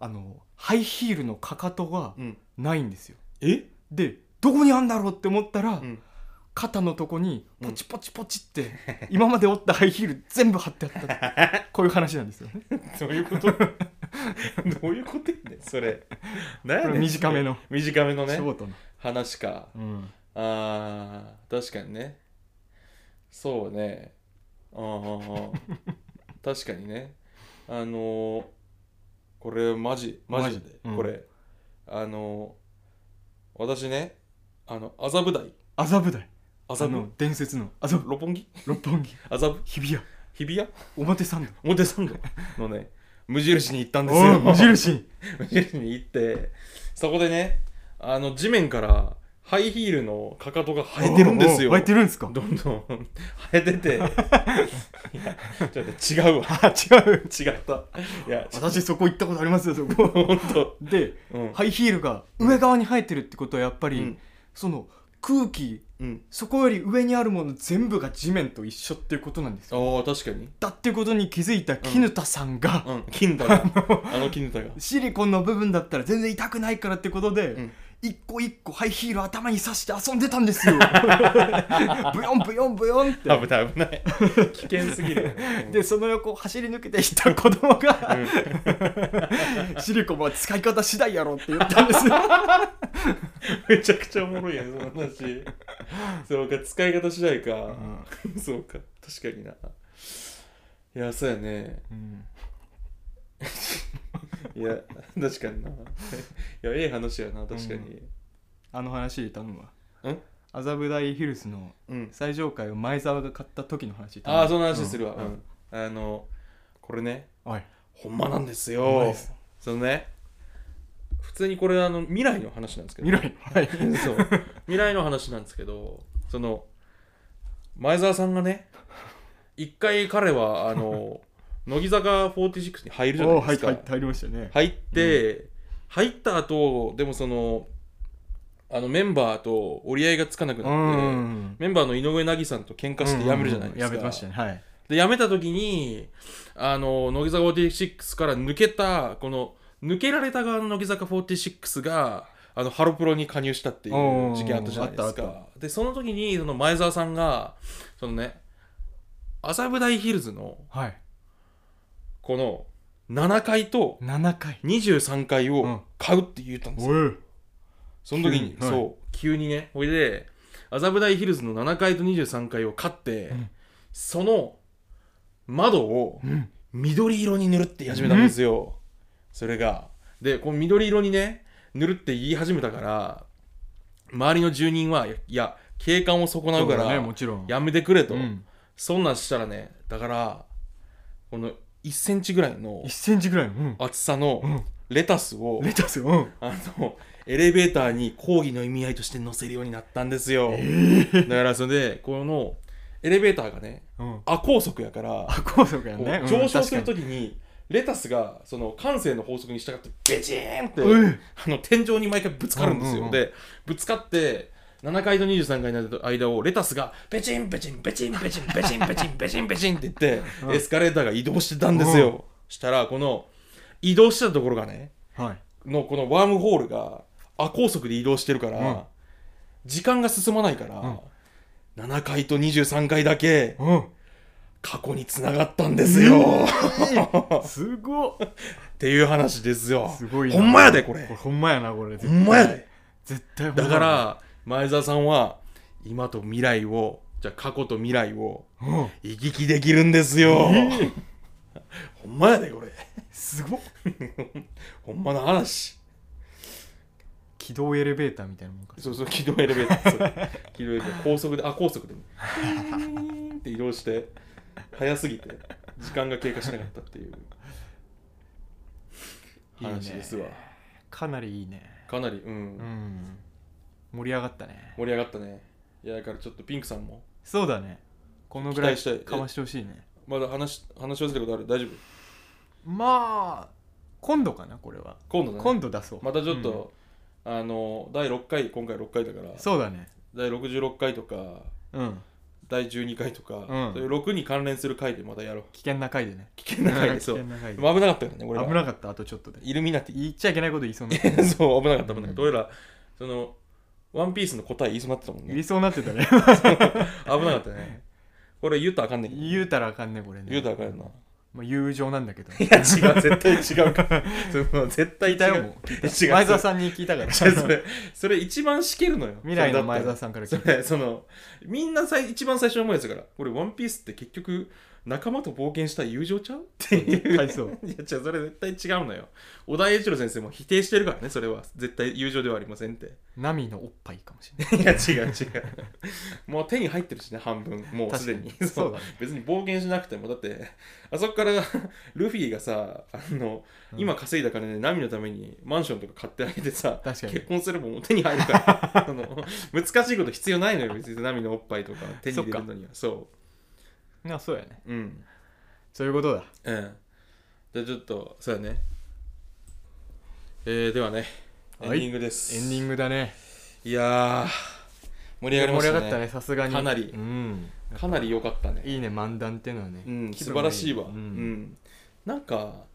Speaker 2: あのハイヒールのかかとが
Speaker 1: うん
Speaker 2: ないんですよ
Speaker 1: え
Speaker 2: でどこにあんだろうって思ったら、
Speaker 1: ん
Speaker 2: 肩のとこにポチポチポチって、今まで折ったハイヒール 全部貼ってあ ったこういう話なんですよね
Speaker 1: どういうこと どういうことやねんそれ何や
Speaker 2: こ
Speaker 1: ね
Speaker 2: れ
Speaker 1: ん
Speaker 2: 短めの
Speaker 1: 短めの
Speaker 2: シ
Speaker 1: ね
Speaker 2: ョートの、
Speaker 1: 話か
Speaker 2: うん
Speaker 1: あー確かにねそうね あー確かにねあのーこれマジマジ
Speaker 2: マ
Speaker 1: で
Speaker 2: ジうん
Speaker 1: これあの私ねあの麻布台
Speaker 2: 麻布台
Speaker 1: 麻
Speaker 2: あ
Speaker 1: 布
Speaker 2: の伝説の麻布
Speaker 1: 六本木
Speaker 2: 六本木
Speaker 1: 麻布
Speaker 2: 日比谷
Speaker 1: 日比谷
Speaker 2: 表参道
Speaker 1: 表参道の ね無印に行ったんです
Speaker 2: お
Speaker 1: よ
Speaker 2: う無印に
Speaker 1: 無印に行ってそこでねあの地面からハイヒールのかかとが生えてるんですよ
Speaker 2: おうおう生えてるんですか
Speaker 1: どんどん 生えて ていやちょっと違うわ
Speaker 2: あ違う
Speaker 1: 違ったいやちょっ
Speaker 2: 私そこ行ったことありますよそこと
Speaker 1: ほんと
Speaker 2: で
Speaker 1: うん
Speaker 2: ハイヒールが上側に生えてるってことはやっぱ
Speaker 1: う
Speaker 2: り、
Speaker 1: ん
Speaker 2: その空気
Speaker 1: うん
Speaker 2: そこより上にあるもの全部が地面と一緒っていうことなんですよ
Speaker 1: ああ確かに
Speaker 2: だってことに気づいた絹田さんが、
Speaker 1: うん金太があの金太が
Speaker 2: シリコンの部分だったら全然痛くないからってことで、
Speaker 1: うん
Speaker 2: 一個一個ハイヒール頭に刺して遊んでた んですよブヨンブヨンブヨンって
Speaker 1: 危ない危ない危険すぎ るうん
Speaker 2: でその横を走り抜けていった子供が、
Speaker 1: うん
Speaker 2: シリコンは使い方次第やろって言ったんですよ
Speaker 1: めちゃくちゃおもろいやんその 話そうか使い方次第か、そうか確かにないやそうやね
Speaker 2: うん
Speaker 1: いや確かにないやええ話やな確かに
Speaker 2: あの話で頼むわ
Speaker 1: うん
Speaker 2: 麻布台ヒルズの
Speaker 1: うん
Speaker 2: 最上階を前澤が買った時の話
Speaker 1: ああその話するわ、
Speaker 2: うん
Speaker 1: うんあのこれね
Speaker 2: はい
Speaker 1: ほんまなんです
Speaker 2: ほんま
Speaker 1: よ
Speaker 2: です
Speaker 1: そのね普通にこれあの未来の話なんですけど
Speaker 2: 未来はい
Speaker 1: そう未来の話なんですけどその前澤さんがね一回彼はあの乃木坂46に入るじゃな
Speaker 2: お
Speaker 1: い
Speaker 2: ー
Speaker 1: で
Speaker 2: はい
Speaker 1: すか
Speaker 2: 入入りましたね
Speaker 1: 入って、入った後でもそのあのメンバーと折り合いがつかなく
Speaker 2: う
Speaker 1: なって、
Speaker 2: ん
Speaker 1: メンバーの井上凪さんと喧嘩して辞めるじゃないですか、
Speaker 2: うんうんうんやめましたねはい
Speaker 1: で辞めた時にあの乃木坂46から抜けたこの抜けられた側の乃木坂46があのハロプロに加入したってい
Speaker 2: おー
Speaker 1: う事件あったじゃないです
Speaker 2: あったあ
Speaker 1: かでその時にその前澤さんがそのね麻布台ヒルズの
Speaker 2: はい
Speaker 1: この7階と
Speaker 2: 7回
Speaker 1: 23階
Speaker 2: うん
Speaker 1: を買うって言ったんですよ、
Speaker 2: おい
Speaker 1: その時に、
Speaker 2: 急にはい
Speaker 1: そう急にねほいで麻布台ヒルズの7階と23階を買って、
Speaker 2: うん
Speaker 1: その窓を
Speaker 2: うん
Speaker 1: 緑色に塗るって言い始めたんですよ、それがでこの緑色にね塗るって言い始めたから周りの住人はいやいや景観を損なうか
Speaker 2: そうだね
Speaker 1: ら
Speaker 2: もちろん
Speaker 1: やめてくれと、
Speaker 2: うん
Speaker 1: そんなんしたらねだからこの1センチぐらいの
Speaker 2: 1センチぐらいのうん
Speaker 1: 厚さの
Speaker 2: うん
Speaker 1: レタスを
Speaker 2: レタスうん
Speaker 1: あのエレベーターに講義の意味合いとして載せるようになったんですよ、だからそれでこのエレベーターがね
Speaker 2: うん
Speaker 1: 亜高速やから
Speaker 2: あ高速やね
Speaker 1: 上昇する
Speaker 2: と
Speaker 1: ときにレタスがその慣性の法則に従ってベチーンって
Speaker 2: うん
Speaker 1: あの天井に毎回ぶつかるんです
Speaker 2: うんうんう
Speaker 1: よ
Speaker 2: ん
Speaker 1: でぶつかって7階と23階の間をレタスがペチンペチンペチンペチンペチンペチンペチンペチンって言
Speaker 2: う
Speaker 1: っ
Speaker 2: ん
Speaker 1: てエスカレーターが移動してたんですよしたらこの移動したところがね
Speaker 2: はい
Speaker 1: のこのワームホールが亜高速で移動してるから、
Speaker 2: うん
Speaker 1: 時間が進まないから、7階と23階だけ
Speaker 2: うん
Speaker 1: 過去に繋がったんですよ、
Speaker 2: え
Speaker 1: っ
Speaker 2: ーすごって
Speaker 1: いう話ですよ
Speaker 2: すごいな
Speaker 1: ほんまやでこれ
Speaker 2: これほんまやなこれ
Speaker 1: ほんまやで
Speaker 2: 絶対ほんま
Speaker 1: だ
Speaker 2: や
Speaker 1: から前澤さんは今と未来をじゃあ過去と未来を
Speaker 2: うん
Speaker 1: 行き来できるんですよ、
Speaker 2: えー
Speaker 1: ほんまやでこれ
Speaker 2: すごっ
Speaker 1: ほんまの話
Speaker 2: 軌道エレベーターみたいなもんか
Speaker 1: そうそう軌道エレベーターそう軌道エレベーター高速であ高速でねって移動して早すぎて時間が経過しなかったっていう話ですわ
Speaker 2: いいねかなりいいね
Speaker 1: かなりうん、
Speaker 2: うん盛り上がったね
Speaker 1: 盛り上がったねいやだからちょっとピンクさんも
Speaker 2: そうだねこのぐらい
Speaker 1: 期待したい
Speaker 2: かましてほしいね
Speaker 1: まだ話し話し忘れたことある大丈夫
Speaker 2: まあ今度かなこれは
Speaker 1: 今度ね
Speaker 2: 今度出そう
Speaker 1: またちょっと、あの第6回今回6回だから
Speaker 2: うんそうだね
Speaker 1: 第66回とか
Speaker 2: うん
Speaker 1: 第12回とか、
Speaker 2: うん
Speaker 1: そういう6に関連する回でまたやろう
Speaker 2: 危険な回でね
Speaker 1: 危険な回で
Speaker 2: 危
Speaker 1: そう
Speaker 2: 険な
Speaker 1: で
Speaker 2: 回で
Speaker 1: も危なかったよね俺ら
Speaker 2: 危なかったあとちょっとで
Speaker 1: イルミナティ
Speaker 2: 言っちゃいけないこと言いそうにな
Speaker 1: そう、危なかった、危なかった。
Speaker 2: うん
Speaker 1: 俺ら、その、ワンピースの答 え言いそうになってたもん
Speaker 2: 言い
Speaker 1: ね。
Speaker 2: そうになってたね
Speaker 1: 危なかったね。これ言うたらあかんねんけど。
Speaker 2: 言うたらあかんねこれね
Speaker 1: 言うたらあかんよな。
Speaker 2: まあ友情なん だけど
Speaker 1: いや、違う、絶対違うから。 その絶対違
Speaker 2: 聞
Speaker 1: う。
Speaker 2: いたよもう
Speaker 1: 違う。違う
Speaker 2: 前澤さんに聞いたから
Speaker 1: 違う それ、それ一番しけるのよ。
Speaker 2: 未来の前
Speaker 1: 澤
Speaker 2: 澤さんから聞
Speaker 1: そ
Speaker 2: いた
Speaker 1: れ、その、みんなさい一番最初に思うやつだから、これ、ワンピースって結局、仲間と冒険した友情ちゃう っていう
Speaker 2: はいそう
Speaker 1: いや違うそれ絶対違うのよ小田栄一郎先生も否定してるからねそれは絶対友情ではありませんって
Speaker 2: ナミのおっぱいかもしれない
Speaker 1: いや違う違うもう手に入ってるしね半分もうすでに
Speaker 2: 確かにそうだね
Speaker 1: 別に冒険しなくてもだってあそこから ルフィがさあの、
Speaker 2: うん
Speaker 1: 今稼いだ金でナミのためにマンションとか買ってあげてさ
Speaker 2: 確かに
Speaker 1: 結婚すればもう手に入るから あの難しいこと必要ないのよ別にナミのおっぱいとか手に入れるのにはそ
Speaker 2: なそうやね
Speaker 1: ううん
Speaker 2: そういうことだ
Speaker 1: うんじゃあちょっとそうやねえー、ではねエン
Speaker 2: は
Speaker 1: デ
Speaker 2: い
Speaker 1: ィングです、
Speaker 2: エンディングだね
Speaker 1: いやー盛り上がりま
Speaker 2: 盛
Speaker 1: した
Speaker 2: り上がっ
Speaker 1: ね
Speaker 2: たねさすがに
Speaker 1: かなり
Speaker 2: うん
Speaker 1: かなり良かったね
Speaker 2: いいね漫談ってのはね、
Speaker 1: うん、
Speaker 2: 気
Speaker 1: 素
Speaker 2: 分
Speaker 1: 晴
Speaker 2: が
Speaker 1: らしいわ、
Speaker 2: う
Speaker 1: うんんなんか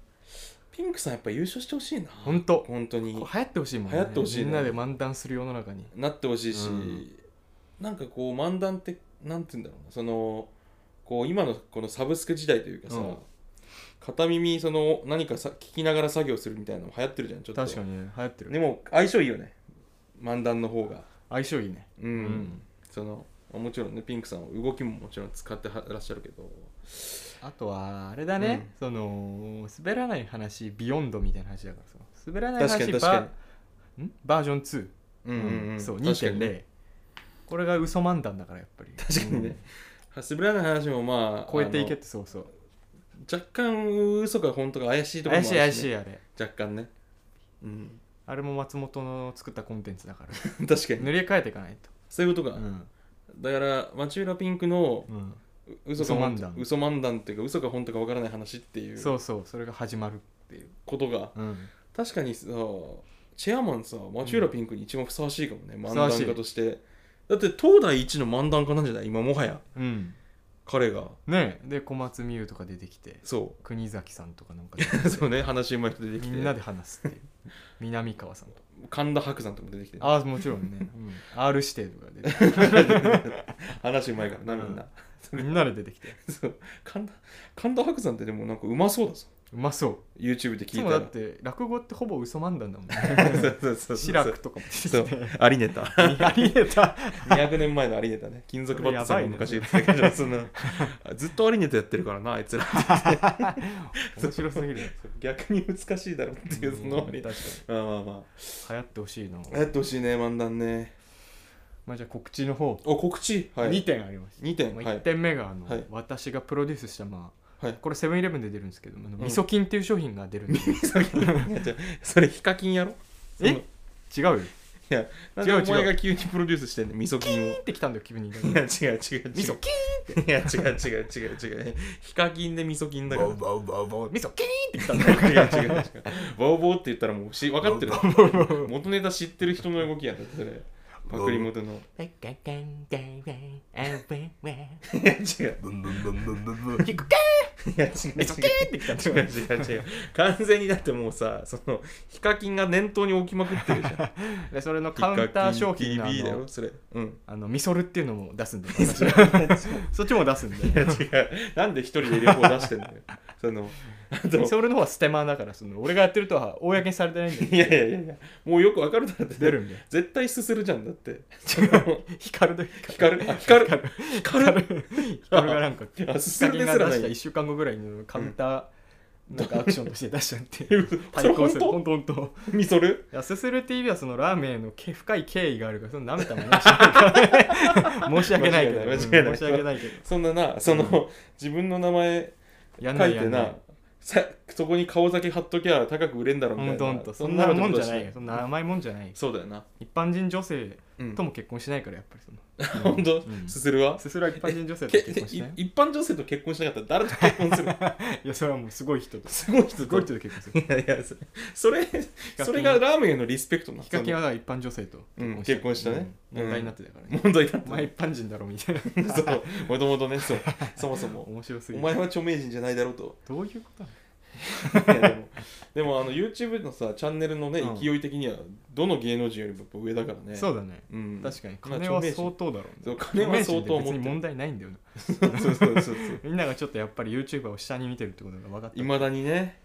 Speaker 1: ピンクさんやっぱ優勝してほしいな
Speaker 2: ほんと
Speaker 1: 本当に
Speaker 2: これ流行ってほしいもんね
Speaker 1: 流行ってほしいね
Speaker 2: みんなで漫談する世の中に
Speaker 1: なってほしいし、
Speaker 2: うん
Speaker 1: なんかこう漫談ってなんて言うんだろうなそのこう今のこのサブスク時代というかさ、
Speaker 2: うん
Speaker 1: 片耳その何かさ聞きながら作業するみたいなのも流行ってるじゃんちょっと
Speaker 2: 確かにね流行ってる
Speaker 1: でも相性いいよね漫談の方が
Speaker 2: 相性いいね
Speaker 1: うん、
Speaker 2: うん
Speaker 1: そのもちろんねピンクさんは動きももちろん使ってはらっしゃるけど
Speaker 2: あとはあれだね、その滑らない話ビヨンドみたいな話だからその滑らない
Speaker 1: 確か
Speaker 2: 話
Speaker 1: に確か
Speaker 2: バーんバージョン2、
Speaker 1: に
Speaker 2: うんそう
Speaker 1: 確かにね
Speaker 2: 2.0これが嘘漫談だからやっぱり
Speaker 1: 確かにね、滑らない話もまあ
Speaker 2: 超えていけってそうそう
Speaker 1: あの若干嘘か本当か怪しいところ
Speaker 2: 怪
Speaker 1: も
Speaker 2: し
Speaker 1: あ
Speaker 2: い
Speaker 1: るね
Speaker 2: 怪しいあれ
Speaker 1: 若干ねうん
Speaker 2: あれも松本の作ったコンテンツだから
Speaker 1: 確かに
Speaker 2: 塗り替えていかないと
Speaker 1: そういうことか、
Speaker 2: うん、
Speaker 1: だから町浦ピンクの
Speaker 2: うん、
Speaker 1: う嘘か本
Speaker 2: 嘘漫談
Speaker 1: 嘘漫談っていうか嘘か本当かわからない話っていう
Speaker 2: そうそうそれが始まるっていう、
Speaker 1: ことが
Speaker 2: うん、
Speaker 1: 確かにさチェアマンさ町浦ピンクに一番ふさわしいかもね、漫
Speaker 2: ふさわ
Speaker 1: 談
Speaker 2: しい
Speaker 1: 家としてだって東大一の漫談家なんじゃない今もはや
Speaker 2: うん、
Speaker 1: 彼が
Speaker 2: ねえで小松美優とか出てきて
Speaker 1: そ
Speaker 2: 国崎さんとかなんか出てき
Speaker 1: う そうね話うまい人出て
Speaker 2: て
Speaker 1: き
Speaker 2: みんな
Speaker 1: て
Speaker 2: で話 すっていう南川さんとか
Speaker 1: 神田伯山とかも出てきてね
Speaker 2: ああもちろんね、うん、R 指定とか出てきて
Speaker 1: 話うまいからなみんな、
Speaker 2: みんなで出てきて。
Speaker 1: そう神田神田伯山ってでもなんかうまそうだぞ
Speaker 2: うまそう。
Speaker 1: YouTube で
Speaker 2: いつ
Speaker 1: 聞い
Speaker 2: もだ
Speaker 1: た
Speaker 2: っ
Speaker 1: ら
Speaker 2: て落語ってほぼ嘘漫談だもん
Speaker 1: そう
Speaker 2: ね。
Speaker 1: そうそう
Speaker 2: シラ
Speaker 1: そう
Speaker 2: クとかも出
Speaker 1: そ
Speaker 2: て
Speaker 1: う
Speaker 2: きて。
Speaker 1: ありネタ
Speaker 2: やり得 た。
Speaker 1: 200年前のありネタね金属バットさんが昔言ってたけど、そのずっとありネタやってるからなあいつら
Speaker 2: 面白すぎる。
Speaker 1: 逆に難しいだろっていうそのあり
Speaker 2: うん確かに
Speaker 1: まあまあま
Speaker 2: 流行ってほしいな。
Speaker 1: あやってほしいね漫談ね
Speaker 2: まあじゃあ告知の方、
Speaker 1: お告知は
Speaker 2: 2
Speaker 1: い
Speaker 2: 点あります。
Speaker 1: 2点
Speaker 2: ま
Speaker 1: は
Speaker 2: あ
Speaker 1: い
Speaker 2: 1点目があの、
Speaker 1: はい
Speaker 2: 私がプロデュースした、まあ
Speaker 1: はい
Speaker 2: これセブンイレブンで出るんですけど、あの
Speaker 1: ん
Speaker 2: みそ菌っていう商品が出るんで、
Speaker 1: じゃあそれヒカキンやろ
Speaker 2: え
Speaker 1: その
Speaker 2: 違うよ。
Speaker 1: いやなんでお
Speaker 2: 違う違う
Speaker 1: 前が急にプロデュースしてんねんみそ菌を
Speaker 2: ピンってきたんだ よ、気分に。
Speaker 1: いや違う違う違う
Speaker 2: みそ菌
Speaker 1: いや違う違う違う違うヒカキンで味噌菌だから
Speaker 2: ボウボウボウボウみそ菌ってきたんだよ。
Speaker 1: 違う違う違うボーボーって言ったらもうし分かってる元ネタ知ってる人の動きやんだってそれパクリ元の
Speaker 3: ガンガンガンガンガンあわわ
Speaker 1: いや違う
Speaker 3: キクケ
Speaker 1: いや違う違う
Speaker 2: みそ菌ってきたんだ
Speaker 1: 違う
Speaker 2: よ。
Speaker 1: 違う違う完全にだってもうさそのヒカキンが念頭に置きまくってる じゃん
Speaker 2: でそれのカウンター商品のあ
Speaker 1: TB だ
Speaker 2: の
Speaker 1: よそれうん
Speaker 2: あのミソルっていうのも出すん でそっちも出すん
Speaker 1: いや
Speaker 2: で
Speaker 1: 違うなんで一人で両方出してんだよそのあ
Speaker 2: ミ
Speaker 1: と
Speaker 2: ソルの方はステマだからその俺がやってるとは公にされてないん
Speaker 1: い
Speaker 2: で
Speaker 1: やいやいやいやもうよく分かるだろって
Speaker 2: 出るんで
Speaker 1: 絶対すするじゃんだって
Speaker 2: 光る
Speaker 1: 光るあ光る
Speaker 2: 光る
Speaker 1: 光る
Speaker 2: 光がなんか
Speaker 1: あすするです
Speaker 2: 光が
Speaker 1: ら
Speaker 2: 出
Speaker 1: な
Speaker 2: し
Speaker 1: い
Speaker 2: た1週間後ぐらいにカウンターなんかアクションとして出しちゃって
Speaker 1: え嘘
Speaker 2: 対抗す る
Speaker 1: それ
Speaker 2: ほんとほんと
Speaker 1: ミソル
Speaker 2: いやすする TV はそのラーメンへのけ深い敬意があるからその舐めたもんね申し 訳ないけど
Speaker 1: 間違いない間違いない
Speaker 2: うん申し訳ないけど
Speaker 1: そんななその、自分の名前
Speaker 2: やん
Speaker 1: 書
Speaker 2: ないいや
Speaker 1: て
Speaker 2: んな
Speaker 1: ないさそこに顔だけ貼っときゃ高く売れんだろみ
Speaker 2: ほ
Speaker 1: た
Speaker 2: んとほ
Speaker 1: い
Speaker 2: ん
Speaker 1: な
Speaker 2: とそんなもんじゃ
Speaker 1: こと
Speaker 2: な
Speaker 1: はい
Speaker 2: よそんな甘いもんじゃないよ
Speaker 1: そうだよな、
Speaker 2: 一般人女性
Speaker 1: うん
Speaker 2: とも結婚しないからやっぱりその
Speaker 1: 本当、
Speaker 2: うん
Speaker 1: すするは
Speaker 2: すすら一般人女性と
Speaker 1: け
Speaker 2: 結婚しない
Speaker 1: い一般女性と結婚しなかったら誰と結婚す る
Speaker 2: いやそれはもうすごい人とす
Speaker 1: すごい人
Speaker 2: ごい
Speaker 1: と
Speaker 2: 人と結婚する
Speaker 1: いやいやそそれ
Speaker 2: ン
Speaker 1: それがラーメンへのリスペクトな
Speaker 2: ヒカキンはだから一般女性と
Speaker 1: うん結婚したね
Speaker 2: うん問題になってたから
Speaker 1: その問
Speaker 2: ね
Speaker 1: 題だっ
Speaker 2: お前一般人だろみたいな
Speaker 1: たそうもともとねそうそもそも
Speaker 2: 面白すぎ
Speaker 1: お
Speaker 2: る
Speaker 1: 前は著名人じゃないだろうと
Speaker 2: どういうことなの
Speaker 1: いやでもでもあの YouTube のさチャンネルのね、
Speaker 2: うん
Speaker 1: 勢い的にはどの芸能人よりもやっぱ上だからね
Speaker 2: そうだね
Speaker 1: うん、
Speaker 2: 確かに
Speaker 1: まあ
Speaker 2: 金は
Speaker 1: 著名人
Speaker 2: 相当だろう
Speaker 1: そ
Speaker 2: ね
Speaker 1: う金は相当持って
Speaker 2: 著名人で別
Speaker 1: る
Speaker 2: に問題ないんだよ な
Speaker 1: そうそうそうそう
Speaker 2: みんながちょっとやっぱり YouTuber を下に見てるってことが分かった
Speaker 1: いまだにね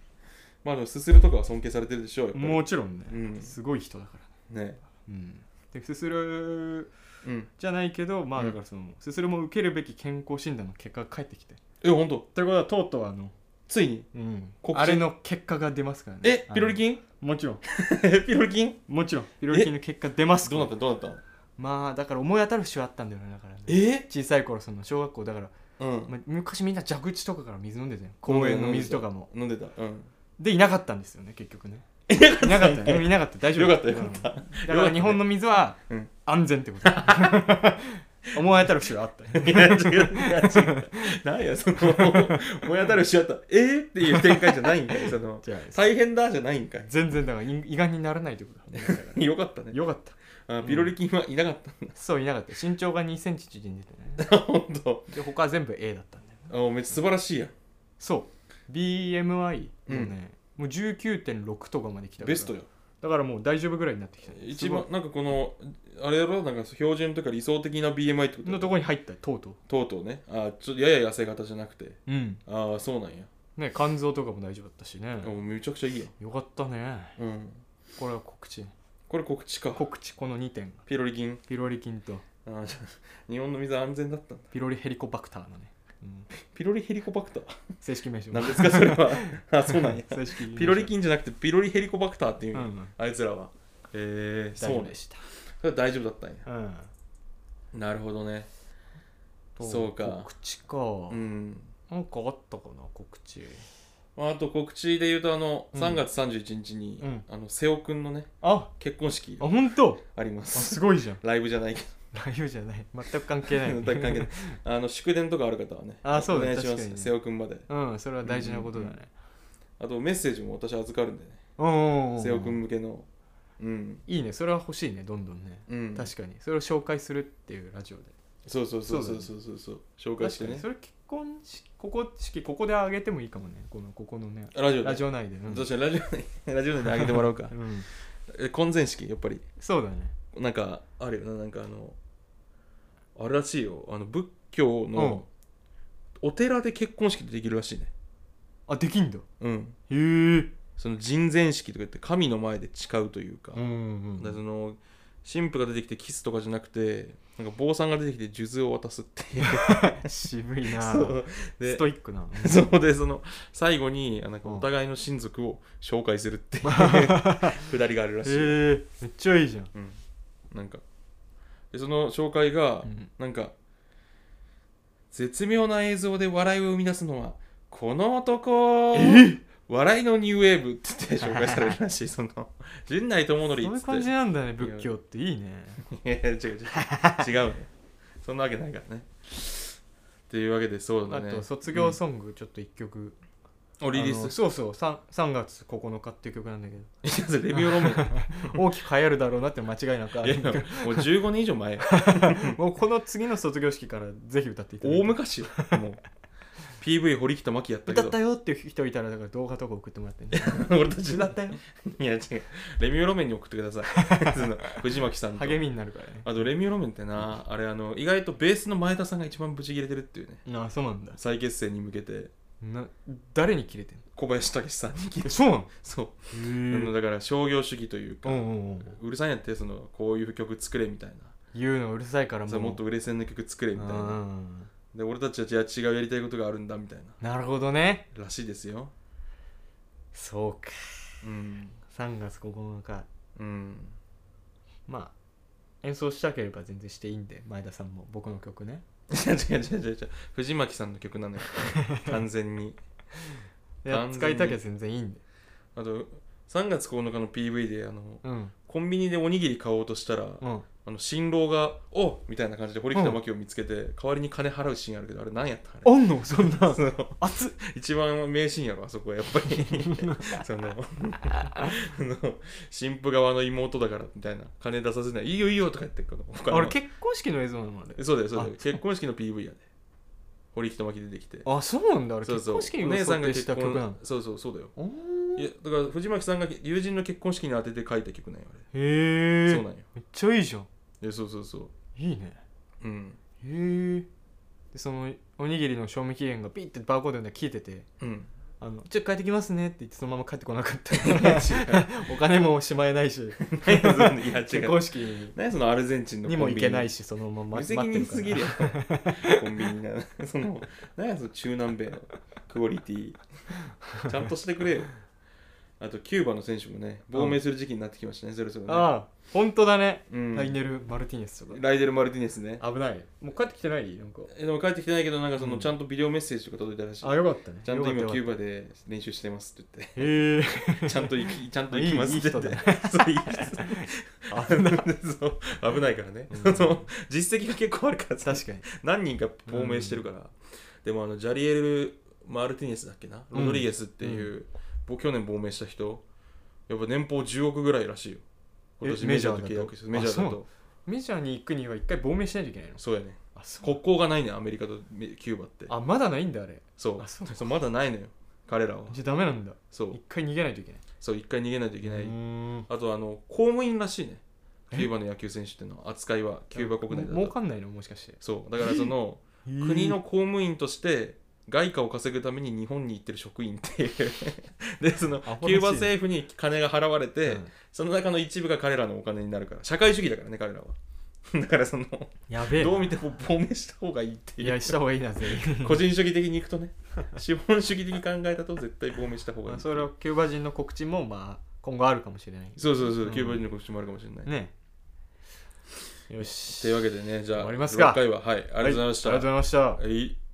Speaker 1: まあでもすするとかは尊敬されてるでしょうやっぱり
Speaker 2: もちろん
Speaker 1: うん
Speaker 2: ねすごい人だから
Speaker 1: ね
Speaker 2: うんで、すする
Speaker 1: うん
Speaker 2: じゃないけどまあ
Speaker 1: うん
Speaker 2: だからその、それも受けるべき健康診断の結果が返ってきて
Speaker 1: え本当
Speaker 2: ということはとうとうあの、
Speaker 1: ついに
Speaker 2: うん
Speaker 1: 告、知
Speaker 2: あれの結果が出ますからね
Speaker 1: えピロリ
Speaker 2: ン
Speaker 1: 菌
Speaker 2: もちろん
Speaker 1: ピロリ菌
Speaker 2: もちろんピロリ菌の結果出ますか
Speaker 1: どう
Speaker 2: ら
Speaker 1: なったどうなった
Speaker 2: まあだから思い当たる節はあったんだよねだからね
Speaker 1: え
Speaker 2: 小さい頃その小学校だから、
Speaker 1: うん
Speaker 2: まあ、昔みんな蛇口とかから水飲んでたよ公園の水とかも
Speaker 1: 飲んでたうん
Speaker 2: でいなかったんですよね結局ねいなかったよいなかった大丈夫
Speaker 1: よかったよかった
Speaker 2: うんだから日本の水は
Speaker 1: うん
Speaker 2: 安全ってこと 思い当たる節はあったよ
Speaker 1: いや違う違う何やその思い当たるしちゃったえー、っていう展開じゃないんかいその
Speaker 2: じゃあ
Speaker 1: 大変だじゃないんかい
Speaker 2: 全然だからい胃がんにならないってことだだから
Speaker 1: よかったね
Speaker 2: よ かった
Speaker 1: あピロリ菌はいなかったん
Speaker 2: そういなかった身長が2センチ縮んでて ね
Speaker 1: だ本当
Speaker 2: で他は全部 A だったんだよ
Speaker 1: あもうめっちゃ素晴らしいやん
Speaker 2: そう BMI もね、もう19.6とかまで来たから
Speaker 1: ベストよ
Speaker 2: だからもう大丈夫ぐらいになってきた
Speaker 1: 一番なんかこのあれやろなんか標準とか理想的な BMI ってこと
Speaker 2: すごいのとこに入ったよとうとう
Speaker 1: とうとうねあちょっとやや痩せ型じゃなくて
Speaker 2: うん
Speaker 1: ああそうなんや、
Speaker 2: ね肝臓とかも大丈夫だったしね
Speaker 1: あもうめちゃくちゃいいやん
Speaker 2: よかったね
Speaker 1: うん
Speaker 2: これは告知
Speaker 1: これ告知か
Speaker 2: 告知この2点
Speaker 1: ピロリ菌
Speaker 2: ピロリ菌と
Speaker 1: あーじゃあ日本の水安全だったんだ
Speaker 2: ピロリヘリコバクターのね、うん
Speaker 1: ピロリヘリコバクター
Speaker 2: 正式名称
Speaker 1: 何ですかそれ はあそうなんや
Speaker 2: 正式名称
Speaker 1: ピロリ菌じゃなくてピロリヘリコバクターっていう
Speaker 2: うんん
Speaker 1: や、
Speaker 2: うん
Speaker 1: あいつらはえー、
Speaker 2: 大
Speaker 1: そ
Speaker 2: 丈
Speaker 1: う
Speaker 2: 夫
Speaker 1: ね
Speaker 2: でした
Speaker 1: それは大丈夫だったんや
Speaker 2: うん
Speaker 1: なるほどね
Speaker 2: と
Speaker 1: そうか
Speaker 2: 告知か
Speaker 1: うん、
Speaker 2: なんかあったかな告知
Speaker 1: まあ、あと告知で言うとあの
Speaker 2: うん
Speaker 1: 3月31日に、
Speaker 2: うん
Speaker 1: あの瀬尾くんのね
Speaker 2: あ
Speaker 1: 結婚式
Speaker 2: あ本当
Speaker 1: ありま
Speaker 2: あ
Speaker 1: す
Speaker 2: すごいじゃん
Speaker 1: ライブじゃないけ
Speaker 2: ライブじゃない全く関係
Speaker 1: ど
Speaker 2: な
Speaker 1: 全
Speaker 2: い
Speaker 1: く関係ないあの祝電とかある方はね
Speaker 2: あそう
Speaker 1: お
Speaker 2: だ
Speaker 1: 願いしま
Speaker 2: 確か
Speaker 1: す
Speaker 2: に
Speaker 1: 瀬尾くんまで
Speaker 2: うんそれは大事なことだね
Speaker 1: あとメッセージも私預かるんでね
Speaker 2: うんうん
Speaker 1: 瀬尾くん向けのうん
Speaker 2: いいねそれは欲しいねどんどんね
Speaker 1: うん
Speaker 2: 確かにそれを紹介するっていうラジオで
Speaker 1: そうそうそうそうう
Speaker 2: そだね
Speaker 1: そうそうそう紹介し
Speaker 2: 確か
Speaker 1: て
Speaker 2: に
Speaker 1: ね
Speaker 2: それ結婚式ここ式ここであげてもいいかもねこのここのね
Speaker 1: ラジオで
Speaker 2: ラジオ内でうん
Speaker 1: どうしようラジオでラジオで上げてもらおうか
Speaker 2: うん
Speaker 1: え婚前式やっぱり
Speaker 2: そうだね
Speaker 1: なんかあるよななんかあのあれらしいよあの仏教のお寺で結婚式でできるらしいね
Speaker 2: あできんだへ
Speaker 1: うん
Speaker 2: えうん
Speaker 1: その人前式とか言って神の前で誓うというか,、
Speaker 2: うんう
Speaker 1: でそ
Speaker 2: ん
Speaker 1: の神父が出てきてキスとかじゃなくてなんか坊さんが出てきて数珠を渡すっていう
Speaker 2: 渋いな
Speaker 1: そう
Speaker 2: ス
Speaker 1: で
Speaker 2: トイックな
Speaker 1: そうでその最後にあなんか
Speaker 2: うん
Speaker 1: お互いの親族を紹介するっていう くだりがあるらしい、
Speaker 2: へえめっちゃいいじゃん
Speaker 1: うん、なんかでその紹介が、
Speaker 2: うん
Speaker 1: なんか絶妙な映像で笑いを生み出すのはこの男笑いのニューウェーブって言って紹介されるらしいその 陣内智則っ
Speaker 2: そういう
Speaker 1: つっ
Speaker 2: 感じ
Speaker 1: て
Speaker 2: なんだね仏教っていいね
Speaker 1: いや違う違う 違うねそんなわけないからねっていうわけでそうだ
Speaker 2: あ
Speaker 1: ね
Speaker 2: と卒業ソングちょっと一曲
Speaker 1: おリリ
Speaker 2: あの
Speaker 1: ース
Speaker 2: そうそう 3, 3月9日っていう曲なんだけど
Speaker 1: いやそれレビュー ロメン
Speaker 2: 大きく流行るだろうなって間違いなくあ
Speaker 1: いや
Speaker 2: る
Speaker 1: もう15年以上前よ
Speaker 2: もうこの次の卒業式からぜひ歌っていただい
Speaker 1: 大
Speaker 2: て
Speaker 1: 昔よもう PV 堀北真希やったけ
Speaker 2: 歌っ
Speaker 1: ど
Speaker 2: たよっていう人いたらだから動画とか送ってもらってね
Speaker 1: 俺たち
Speaker 2: 歌ったよ
Speaker 1: いや違うレミオロメンに送ってください その藤巻さんと
Speaker 2: 励みになるからね
Speaker 1: あとレミオロメンってなあれあの意外とベースの前田さんが一番ブチ切れてるっていうね
Speaker 2: ああそうなんだ
Speaker 1: 再結成に向けて
Speaker 2: な誰に切れてんの
Speaker 1: 小林武史さんに 切れ
Speaker 2: えそうなの
Speaker 1: そう
Speaker 2: へえ
Speaker 1: あのだから商業主義という
Speaker 2: う
Speaker 1: か、
Speaker 2: んうんうん
Speaker 1: うるさいんやってそのこういう曲作れみたいな
Speaker 2: 言うのうるさいからも
Speaker 1: そう
Speaker 2: う
Speaker 1: もっと売れ線の曲作れみたいな
Speaker 2: うん
Speaker 1: で俺たちはじゃあ違うやりたいことがあるんだみたい
Speaker 2: なるほどね
Speaker 1: ならしいですよ
Speaker 2: そうか
Speaker 1: うん
Speaker 2: 3月9日
Speaker 1: うん
Speaker 2: まあ演奏したければ全然していいんで前田さんも僕の曲ね
Speaker 1: 違う違う違う違う違う藤巻さんの曲なの よ完全に
Speaker 2: いや
Speaker 1: 完全に
Speaker 2: 使いたきゃ全然いいんで
Speaker 1: あと3月9日の PV であの
Speaker 2: うん
Speaker 1: コンビニでおにぎり買おうとしたら、
Speaker 2: うん
Speaker 1: あの新郎が「おみたいな感じで堀北真希を見つけて、代わりに金払うシーンあるけどあれ何やったんあれ
Speaker 2: あんのそんな
Speaker 1: その
Speaker 2: 熱っ
Speaker 1: 一番名シーンやろあそこはやっぱり その あの新婦側の妹だからみたいな金出させないいいよいいよとか言ってこの他の
Speaker 2: あれ結婚式の映像なのあれ
Speaker 1: そうだよそうだよ
Speaker 2: あ
Speaker 1: 結婚式の PV やね堀北真希出てきて
Speaker 2: あそうなんだあれ
Speaker 1: そう
Speaker 2: 結
Speaker 1: そう
Speaker 2: 婚式に映像した曲なの
Speaker 1: そうそうそうだよ
Speaker 2: おー
Speaker 1: いやだから藤巻さんが友人の結婚式に当てて書いた曲なんよあれ、
Speaker 2: へえ
Speaker 1: そうなんよ
Speaker 2: めっちゃいいじゃん
Speaker 1: いやそうそうそう
Speaker 2: いいね
Speaker 1: うん
Speaker 2: へえでそのおにぎりの賞味期限がピッてバーコードで消えてて
Speaker 1: うん
Speaker 2: あのちょっと帰ってきますねって言ってそのまま帰ってこなかったお金もしまえないし
Speaker 1: 何そのいや違
Speaker 2: 結
Speaker 1: う
Speaker 2: 婚式に
Speaker 1: 何そのアルゼンチンの
Speaker 2: にも行けない
Speaker 1: し
Speaker 2: しそのまま
Speaker 1: 無
Speaker 2: 待
Speaker 1: 責
Speaker 2: って
Speaker 1: 任
Speaker 2: るか
Speaker 1: すぎるや ろコンビニなその何やその中南米のクオリティちゃんとしてくれよあとキューバの選手もね亡命する時期になってきましたねそろそろね
Speaker 2: らああ本当だね、
Speaker 1: うん
Speaker 2: ライネル・マルティネスとか
Speaker 1: ライデル・マルティネスね
Speaker 2: 危ないもう帰ってきてないなんか
Speaker 1: えでも帰ってきてないけどなんかその、
Speaker 2: うん
Speaker 1: ちゃんとビデオメッセージとか届いたらしい
Speaker 2: あよかったね
Speaker 1: ちゃんと今
Speaker 2: よかっ
Speaker 1: キュー
Speaker 2: たよか
Speaker 1: バで練習してますって言って
Speaker 2: ったへえ
Speaker 1: ちゃんと行きちゃんと行きますって言って
Speaker 2: いいいい
Speaker 1: そういい人
Speaker 2: 危ない
Speaker 1: そう危ないからね、
Speaker 2: うん
Speaker 1: その実績が結構あるからさ
Speaker 2: 確かに
Speaker 1: 何人か亡命してるから、でもあのジャリエル・マルティネスだっけなロドリゲスっていう、ぼ去年亡命した人やっぱ年俸10億ぐらいらしいよ今年
Speaker 2: え
Speaker 1: メジャーと
Speaker 2: メジャー
Speaker 1: 契
Speaker 2: だと
Speaker 1: 約してメジャーだ
Speaker 2: あそ
Speaker 1: と
Speaker 2: メジャーに行くには一回亡命しないといけないの
Speaker 1: そうやね
Speaker 2: あそう
Speaker 1: 国交がないねアメリカとメキューバって
Speaker 2: あまだないんだあれ
Speaker 1: そう
Speaker 2: あそう
Speaker 1: そうまだないのよ彼らは
Speaker 2: じゃあダメなんだ
Speaker 1: そう
Speaker 2: 一回逃げないといけない
Speaker 1: そう一回逃げないといけない、
Speaker 2: うーん
Speaker 1: あとあの公務員らしいねキューバの野球選手っていうのは扱いはキューバ国内だ
Speaker 2: も儲
Speaker 1: と
Speaker 2: かんないのもしかして
Speaker 1: そうだからその国の公務員として外貨を稼ぐために日本に行ってる職員っていう でそのキ
Speaker 2: ア
Speaker 1: ュ
Speaker 2: ホらしいね
Speaker 1: ーバ政府に金が払われて、
Speaker 2: うん
Speaker 1: その中の一部が彼らのお金になるから社会主義だからね彼らは だからその
Speaker 2: やべえ
Speaker 1: どう見ても亡命した方がいいって
Speaker 2: い
Speaker 1: いう
Speaker 2: やした方がいいな全 員
Speaker 1: 個人主義的にいくとね 資本主義的に考えたと絶対亡命した方がい
Speaker 2: ま
Speaker 1: い
Speaker 2: あそれはキューバ人の告知もまあ今後あるかもしれない
Speaker 1: そうそうそう、
Speaker 2: うん
Speaker 1: キューバ人の告知もあるかもしれない、
Speaker 2: ねよし
Speaker 1: というわけでねじゃあ
Speaker 2: 終わりますか
Speaker 1: 6回ははいありがとうございました、
Speaker 2: ありがとうございま
Speaker 1: は
Speaker 2: した
Speaker 1: い